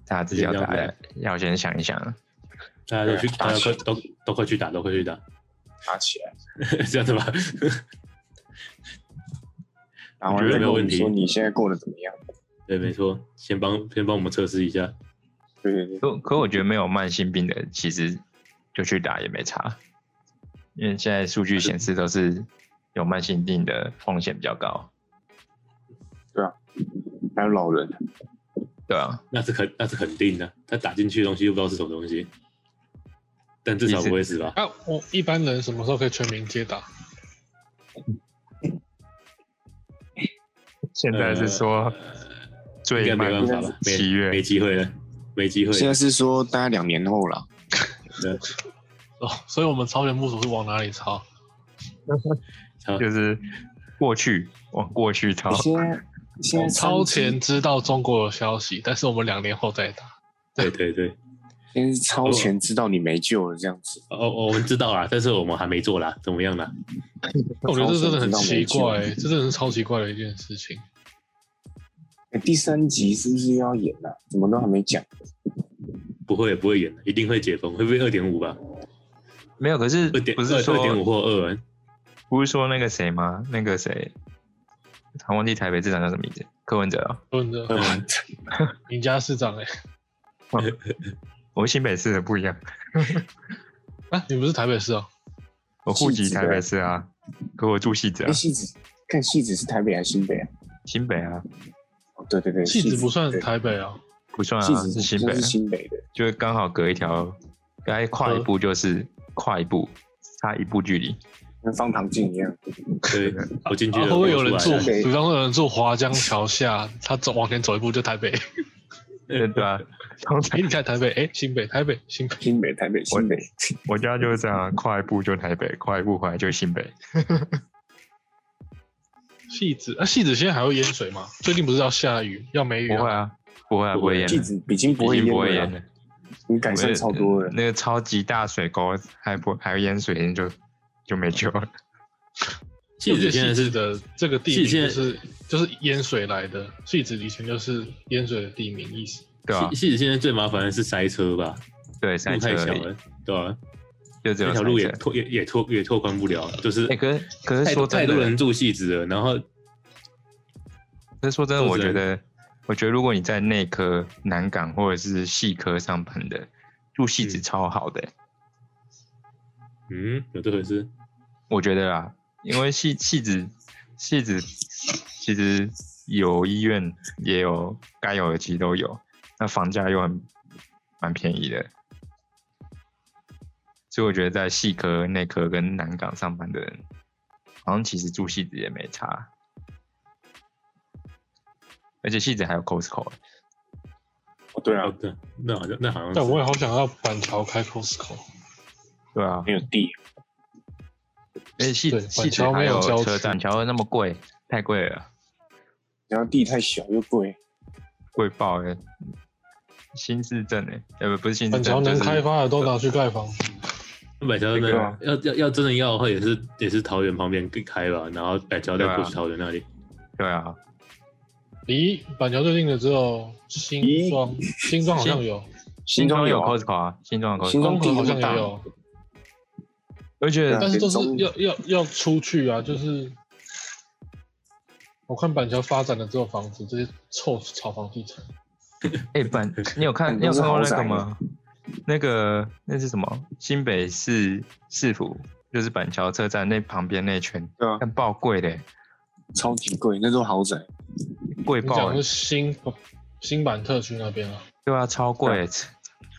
S1: 大家自己要打
S3: 疫苗，
S1: 要先想一想。啊
S3: 大家都去，
S4: 对啊
S3: 大家快都都快去打， (laughs) 都快去打，
S4: 打起来，
S3: 这样子吧。
S4: 然后
S3: 我觉得
S4: 再
S3: 没有
S4: 跟
S3: 问
S4: 你
S3: 题
S4: 说你现在过得怎么样？
S3: 对，没错，先帮先帮我们测试一下。
S4: 对对对，
S1: 可可我觉得没有慢性病的，其实就去打也没差，因为现在数据显示都是有慢性病的风险比较高，
S4: 还有老人，
S1: 对啊，
S3: 那是肯那是肯定的，他打进去的东西又不知道是什么东西，但至少不会死吧？
S2: 啊，我一般人什么时候可以全民皆打？
S1: 现在是说最
S3: 呃应该
S1: 慢
S3: 没办法了，
S1: 七
S3: 没没
S1: 月，
S3: 机会了，没机会
S4: 现
S3: 了
S4: 在。是说大概两年后了，
S2: 哦，所以我们超前部署是往哪里抄？
S3: 好
S1: 就是过去往过去
S3: 哦
S1: 抄，
S4: 现在现在
S2: 哦超
S4: 三级
S2: 前知道中国有消息，但是我们两年后再打。
S3: 对对对，
S4: 先是超前知道你没救了这样子，
S3: 哦，我们知道啦，但是我们还没做啦，怎么样啦？
S2: 我觉得这真的很
S4: 超前
S2: 奇
S4: 知道
S2: 怪、欸
S4: 没救
S2: 这真的是超奇怪的一件事情。
S4: 哎第三集是不是又要演了、怎么都还没讲？
S3: 不会不会演的，一定会解封，会不会二点五吧？
S1: 没有，可是
S3: 二点
S1: 不是
S3: 二点五
S1: 说
S3: 或二、啊
S1: 不是说那个谁吗？那个谁，他忘记台北市长叫什么名字，柯文哲哦、
S2: 问的
S4: 对吧？
S2: 林家市长哎、
S1: 我们新北市的不一样，
S2: 啊，你不是台北市哦？
S1: 我户籍
S4: 戏子的
S1: 台北市啊，可我住戏子啊
S4: 哎，，戏子，看戏子是台北还是新北啊？
S1: 新北啊，
S4: 哦，对对对，
S2: 戏子不算
S4: 对
S2: 台北啊，
S1: 不算
S4: 戏
S1: 啊，
S4: 子
S1: 是新北、
S4: 是
S1: 啊。
S4: 新北的，
S1: 就是刚好隔一条，该跨一步就是跨一步，差一步距离。
S4: 跟方唐镜一样。
S3: 对，我进去
S2: 啊
S3: 了，
S2: 会不会有人
S3: 我
S2: 住
S3: 出来？了
S4: 做北
S2: 比方说有人住华江桥下，他走往前走一步就台北。
S1: 对对啊，通
S2: 哎、
S1: 常
S2: 你在台北？哎、新北，台北，新北。
S4: 新北、台北、新北，
S1: 我家就是这样啊，跨一步就台北，跨一步回来就新北。
S2: 戏子，啊，戏子现在还会淹水吗？最近不是要下雨，要梅雨、
S1: 不会
S2: 啊？
S1: 啊，不会啊，
S3: 不
S1: 不
S3: 会
S1: 会淹
S4: 戏
S1: 的，
S4: 子已经不
S1: 已
S4: 会
S1: 经
S4: 演
S1: 不会淹
S4: 了
S1: 的
S4: 啦，，你改善
S2: 嗯
S4: 超多了。
S1: 那个超级大水沟还不还淹水，就就没救了。
S3: 戏子现在是
S2: 的这个地名就
S3: 戏子现在
S2: 是就是淹水来的，戏子以前就是淹水的地名意思。
S1: 对啊
S3: 戏，戏子现在最麻烦的是塞车吧，
S1: 对，
S3: 路
S1: 塞车
S3: 太小
S1: 而已，
S3: 了，对吧、啊？
S1: 就只有
S3: 那条
S1: 塞
S3: 路也
S1: 车。
S3: 拓也也拓也拓宽不了，就是
S1: 哎，可是可
S3: 太
S1: 是说
S3: 太
S1: 真
S3: 多人
S1: 的，欸
S3: 住戏子了，然后
S1: 可是说真的，
S3: 都是
S1: 我觉
S3: 人
S1: 得，我觉得如果你在内科、南港或者是细科上班的，住戏子
S3: 嗯
S1: 超好的欸、
S3: 嗯，有这回事，
S1: 我觉得啦，因为戏戏子戏子其实有医院也有该有的其实都有，那房价又很蛮便宜的，所以我觉得在细科、内科跟南港上班的人，好像其实住戏子也没差，而且戏子还有 Costco，欸
S4: 哦对啊
S3: 哦，，对，那好像那好像是
S2: 但我也好想要板桥开 Costco，
S1: 对啊，
S4: 没有地，
S1: 而且戏
S2: 对
S1: 戏子
S2: 板桥
S1: 还
S2: 没有
S1: 有
S2: 郊
S1: 车
S2: 区
S1: 站，桥那么贵，太贵了。
S4: 然后地太小又贵，
S1: 贵爆哎、欸！新市镇哎、欸，呃不不是新市
S2: 板
S1: 镇，
S2: 桥能
S1: 就是
S2: 开发的都拿去盖房子。
S3: 板桥
S1: 那
S3: 那
S1: 个啊
S3: 要要要真的要的话，也是也是桃园旁边开吧，然后板桥再
S1: 啊
S3: 过去桃园那里。
S1: 对啊，
S2: 离板桥最近的只有新
S4: 咦
S2: 庄，新庄好像有，
S1: 新庄有
S4: 啊
S1: Costco 啊，新庄有
S4: 新
S1: Costco，
S4: 庄
S2: 中和好像
S4: 地那
S2: 也
S4: 么
S2: 有，
S1: 而且
S4: 对啊
S2: 但是都是
S4: 中
S2: 要要要出去啊，就是我看板桥发展的只有房子，这些臭炒房地产。
S1: 哎
S4: (laughs)
S1: 板，你有看
S4: 很
S1: 你有
S4: 多是
S1: 看过那
S4: 豪
S1: 个
S4: 宅
S1: 吗？那个那是什么？新北市市府就是板桥车站那旁边那圈，
S4: 对啊，
S1: 但爆贵嘞、
S4: 超级贵，那都豪宅。
S1: 贵
S2: 你
S1: 爆、
S2: 讲
S1: 欸
S2: 的是，新新版特区那边啊，
S1: 对啊，超贵、欸，扯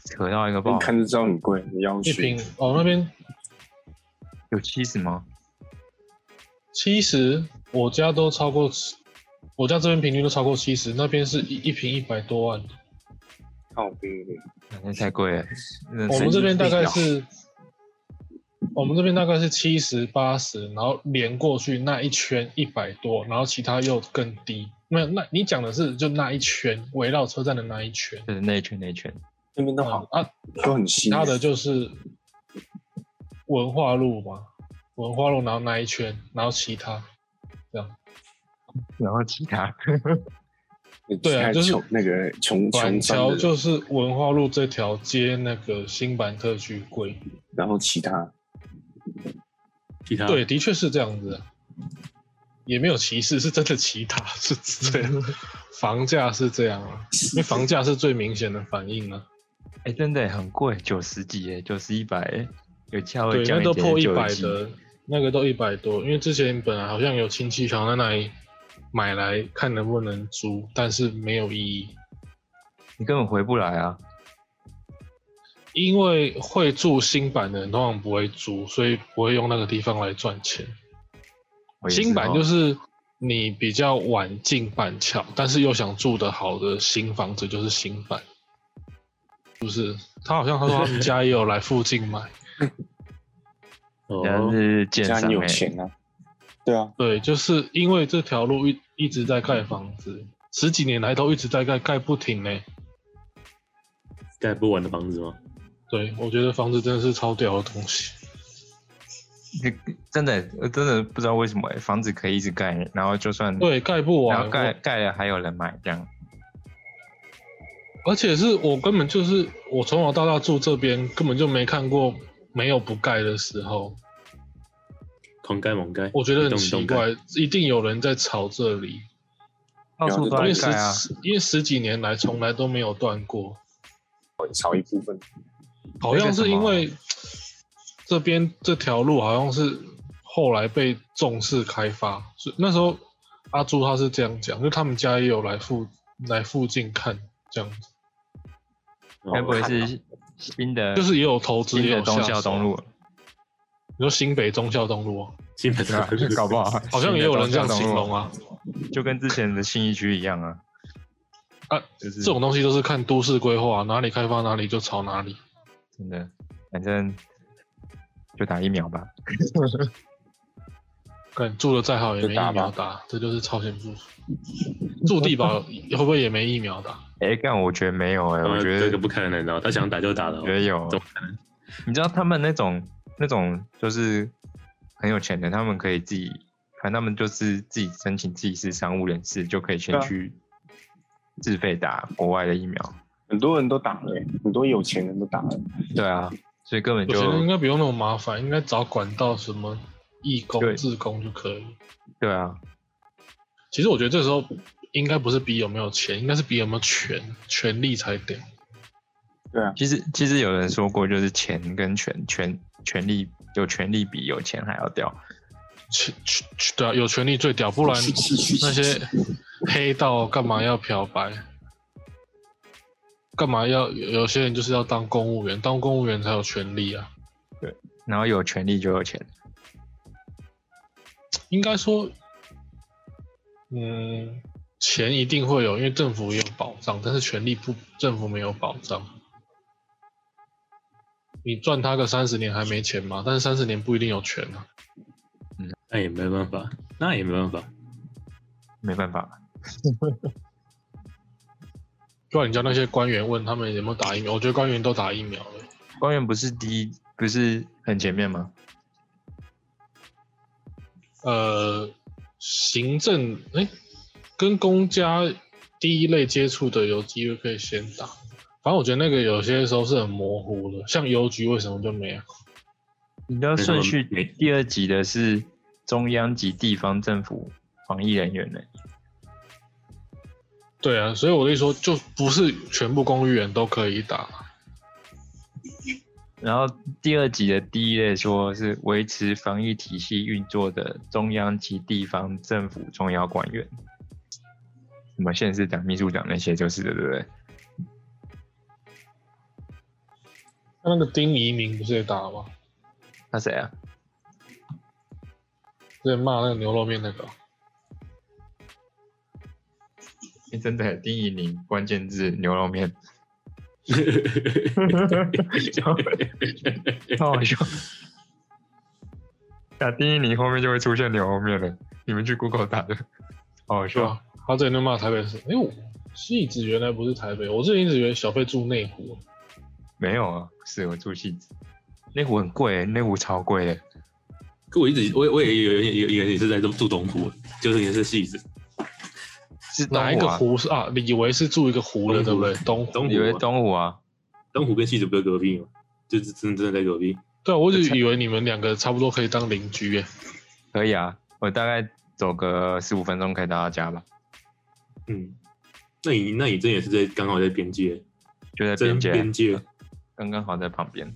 S1: 扯到一个
S4: 一
S1: 爆，
S4: 看就知道很贵，你要
S2: 一
S4: 去
S2: 平哦那边
S1: 有七十吗？
S2: 七十，我家都超过，我家这边平均都超过七十，那边是一一平一百多万，
S4: 靠边的，
S1: 感觉太贵了。真的
S2: 我
S1: 是
S2: 们这边大概
S1: 神经病啊
S2: 是，我们这边大概是七十八十，然后连过去那一圈一百多，然后其他又更低。没有，那你讲的是就那一圈围绕车站的那一圈，
S1: 就是那一圈那一圈，
S4: 那边都
S2: 嗯
S4: 好，
S2: 啊，
S4: 都很
S2: 其
S4: 新。
S2: 他的就是文化路嘛，文化路，然后那一圈，然后其他，
S1: 然后其他
S2: 对啊就是
S4: 穷那个穷
S2: 板
S4: 穷山
S2: 桥
S4: 的，
S2: 就是文化路这条街那个新版特区贵，
S4: 然后其他
S3: 其他
S2: 对，的确是这样子啊、也没有歧视，是真的歧打，是这 (laughs) 样。房价是这样啊，因为房价是最明显的反应 (laughs) 啊。
S1: 哎、真的耶很贵，九十几耶，九十一百耶，有价位
S2: 对，
S1: 降
S2: 那都
S1: 点
S2: 破一
S1: 就有
S2: 百
S1: 机
S2: 的，那个都一百多。因为之前本来好像有亲戚想在那里买来看能不能租，但是没有意义，
S1: 你根本回不来啊！
S2: 因为会住新版的人通常不会租，所以不会用那个地方来赚钱。
S1: 我也
S2: 新版
S1: 哦
S2: 就是你比较晚进板桥，但是又想住得好的新房子就是新版，就是他好像他说他们家也有来附近
S1: (laughs)
S2: 买，
S3: 哦，
S1: 人家是建
S4: 家
S1: 商
S4: 里有
S1: 哎、
S4: 钱啊，对啊，
S2: 对，就是因为这条路一一直在盖房子，十几年来都一直在盖，盖不停呢。
S3: 盖不完的房子吗？
S2: 对，我觉得房子真的是超屌的东西。
S1: 真的呃真的不知道为什么、欸、房子可以一直盖，然后就算
S2: 对，盖不
S1: 然后嗯
S2: 完，
S1: 盖盖了还有人买这样。
S2: 而且是我根本就是我从小到大住这边，根本就没看过没有不盖的时候。
S3: 狂盖猛盖，
S2: 我觉得
S3: 一
S2: 很
S3: 栋一
S2: 奇
S3: 栋盖
S2: 怪，一定有人在炒这里，
S1: 到处都
S4: 有
S2: 因
S1: 在
S2: 为十
S1: 盖啊！
S2: 因为十几年来从来都没有断过，
S4: 少一部分。
S2: 好像是因为这边这条路好像是后来被重视开发，所以那时候阿朱他是这样讲，就他们家也有来附来附近看这样子，
S3: 哦
S1: 该不会是新的？
S2: (laughs) 就是也有投资
S1: 新
S2: 也
S1: 的
S2: 有
S1: 东
S2: 下
S1: 校
S2: 手啊
S1: 东，路，
S2: 你说新北中校东路、啊，
S3: 基本
S1: 对吧
S3: 上？
S1: 搞不好
S2: (laughs) 好像也有人这样
S1: 新的
S2: 形
S1: 忠孝
S2: 容
S1: 东路
S2: 啊，
S1: 就跟之前的信义区一样啊。
S2: 啊，
S1: 就是
S2: 这种东西都是看都市规划，哪里开发哪里就炒哪里。
S1: 真的，反正就打疫苗吧。
S2: 看住的再好也没疫苗
S4: 就
S2: 打，这就是超前部署。住地堡 (laughs) 会不会也没疫苗打？
S1: 哎、干，我觉得没有哎、
S3: 呃
S1: 我觉
S3: 这
S1: 得
S3: 个不可能的哦，他想打就打了哦
S1: 我，觉得有
S3: 怎。么可能？
S1: 你知道他们那种那种就是很有钱的，他们可以自己，反正他们就是自己申请自己是商务人士，就可以先
S4: 对啊
S1: 去自费打国外的疫苗。
S4: 很多人都打了欸、很多有钱人都打了。
S1: 对啊，所以根本
S2: 我觉得应
S1: 就
S2: 该不用那么麻烦，应该找管道什么义工、
S1: 对
S2: 志工就可以。
S1: 对啊，
S2: 其实我觉得这时候应该不是比有没有钱，应该是比有没有权权利才屌。
S4: 对啊，
S1: 其实其实有人说过，就是钱跟权权权力有权力比有钱还要屌。
S2: 权权权对啊，有权利最屌，不然那些黑道干嘛要漂白？干嘛要有有些人就是要当公务员，当公务员才有权利啊。
S1: 然后有权利就有钱，
S2: 应该说，嗯，钱一定会有，因为政府也有保障，但是权利不，政府没有保障。你赚他个三十年还没钱吗？但是三十年不一定有权啊。
S3: 那哎也没办法，那也没办法。 (laughs)
S1: 没办法。
S2: 就像你叫那些官员问他们有没有打疫苗，我觉得官员都打疫苗了。
S1: 官员不是第一，不是很前面吗？
S2: 呃，行政哎、跟公家第一类接触的有机会可以先打。反正我觉得那个有些时候是很模糊的，像邮局为什么就没有？
S1: 你知道
S3: 没什
S1: 顺
S3: 么
S1: 序
S3: 没
S1: 第二级的是中央及地方政府防疫人员呢、
S2: 对啊，所以我的意思说，就不是全部公务员都可以打。
S1: 然后第二级的第一类说是维持防疫体系运作的中央及地方政府重要官员，什么县市长、秘书长那些就是的，对不对？
S2: 那那个丁移民不是也打了吗？
S1: 他谁啊？
S2: 之前骂那个牛肉面那个，啊
S1: 诶哎真的，丁怡宁关键字牛肉面，
S2: (laughs)
S1: 超好笑。打丁怡宁后面就会出现牛肉面了，你们去 Google 打的，好好
S2: 对
S1: 笑。
S2: 吧？他之前就骂台北市，哎、我戏子原来不是台北，我之前一直以为小费住内湖，
S1: 没有啊，不是我住戏子，内湖很贵、内湖超贵的。
S3: 可我一直我我也有有有有也是在住东湖，就是也是戏子
S1: 是东
S2: 哪一个
S1: 啊？
S2: 湖是啊？李维是住一个湖的，对
S3: 东湖
S2: 不对？东湖。
S3: 东湖
S1: 以为
S3: 啊
S1: 东湖啊？
S3: 东湖跟戏子不是隔壁吗？就是真的真的在隔壁。
S2: 对啊，我一直以为你们两个差不多可以当邻居耶。
S1: 可以啊，我大概走个十五分钟可以到他家吧，
S3: 嗯，那你那你这也是在刚好在边界，
S1: 就在
S3: 在
S1: 边界啊
S3: 边界，
S1: 刚刚好在旁边。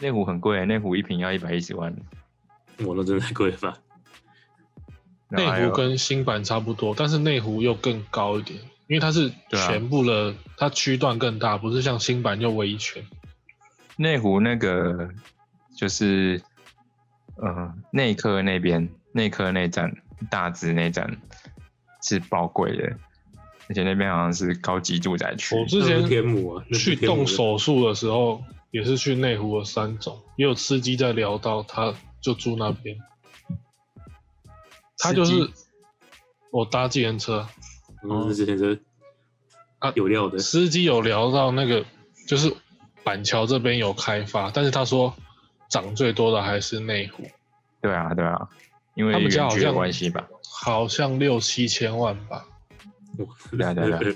S1: 内湖很贵，内湖一瓶要一百一十万。
S3: 我那真的太贵了吧？
S1: 然后还
S2: 内湖
S1: 有
S2: 跟新版差不多，但是内湖又更高一点，因为它是
S1: 对啊
S2: 全部的，它区段更大，不是像新版就围一圈。
S1: 内湖那个就是，呃，内科那边内科那站大直那站是爆贵的，而且那边好像是高级住宅区
S2: 我。之
S3: 那不是
S2: 前
S3: 天母啊，那不
S2: 去
S3: 是天母
S2: 动
S3: 的
S2: 手术的时候，也是去内湖的三种，也有司机在聊到，他就住那边，他就
S1: 司
S2: 是
S1: 机
S2: 我搭计程车，
S3: 嗯，这之前是
S2: 啊
S3: 有料的，
S2: 司机有聊到那个，就是板桥这边有开发，但是他说涨最多的还是内湖，
S1: 对啊，对啊，因为
S2: 他们家
S1: 园
S2: 好
S1: 区的
S2: 像
S1: 关系吧。
S2: 好像六七千万吧，
S1: 对啊对啊
S3: (laughs)
S1: 对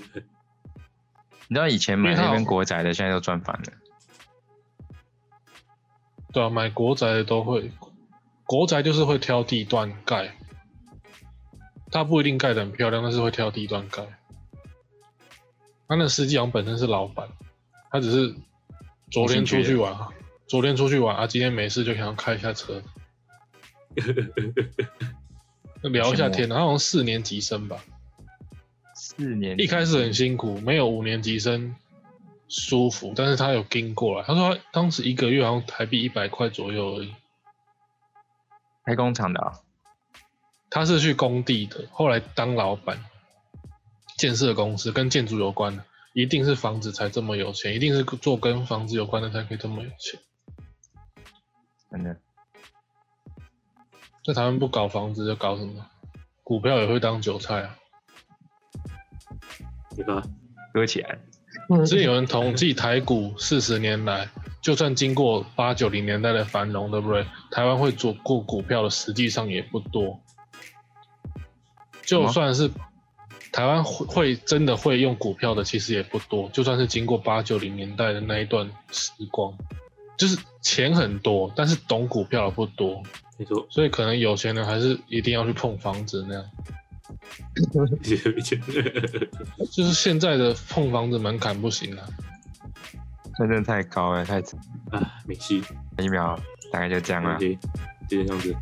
S1: 你知道以前买
S2: 因为它
S1: 那边
S2: 有
S1: 国宅的，现在都赚翻了。
S2: 对啊，买国宅的都会，国宅就是会挑地段盖，它不一定盖得很漂亮，但是会挑地段盖。他那司机好像本身是老板，他只是昨天出去玩，昨天出去玩啊，今天没事就想开一下车，聊一下天。啊他好像四年级生吧，
S1: 四年
S2: 一开始很辛苦，没有五年级生舒服，但是他有跟过来。他说他当时一个月好像台币一百块左右而已。
S1: 开工厂的、啊，
S2: 他是去工地的，后来当老板，建设公司跟建筑有关的，一定是房子才这么有钱，一定是做跟房子有关的才可以这么有钱。
S1: 真的
S2: 在台湾不搞房子就搞什么？股票也会当韭菜啊！
S3: 对吧？
S1: 割起来。
S2: 之前有人统计台股四十年来，就算经过八九零年代的繁荣，对不对？台湾会做过股票的，实际上也不多。就算是台湾会会真的会用股票的，其实也不多。就算是经过八九零年代的那一段时光，就是钱很多，但是懂股票的不多，
S3: 你说
S2: 所以可能有钱人还是一定要去碰房子那样。
S3: 一些一些
S2: 就是现在的碰房子门槛不行啊。
S1: 那真的太高了，太惨
S3: (laughs) 啊，没戏，
S1: 一秒大概就这样
S3: 没
S2: 啊
S1: 了
S3: 问。题，就这样子。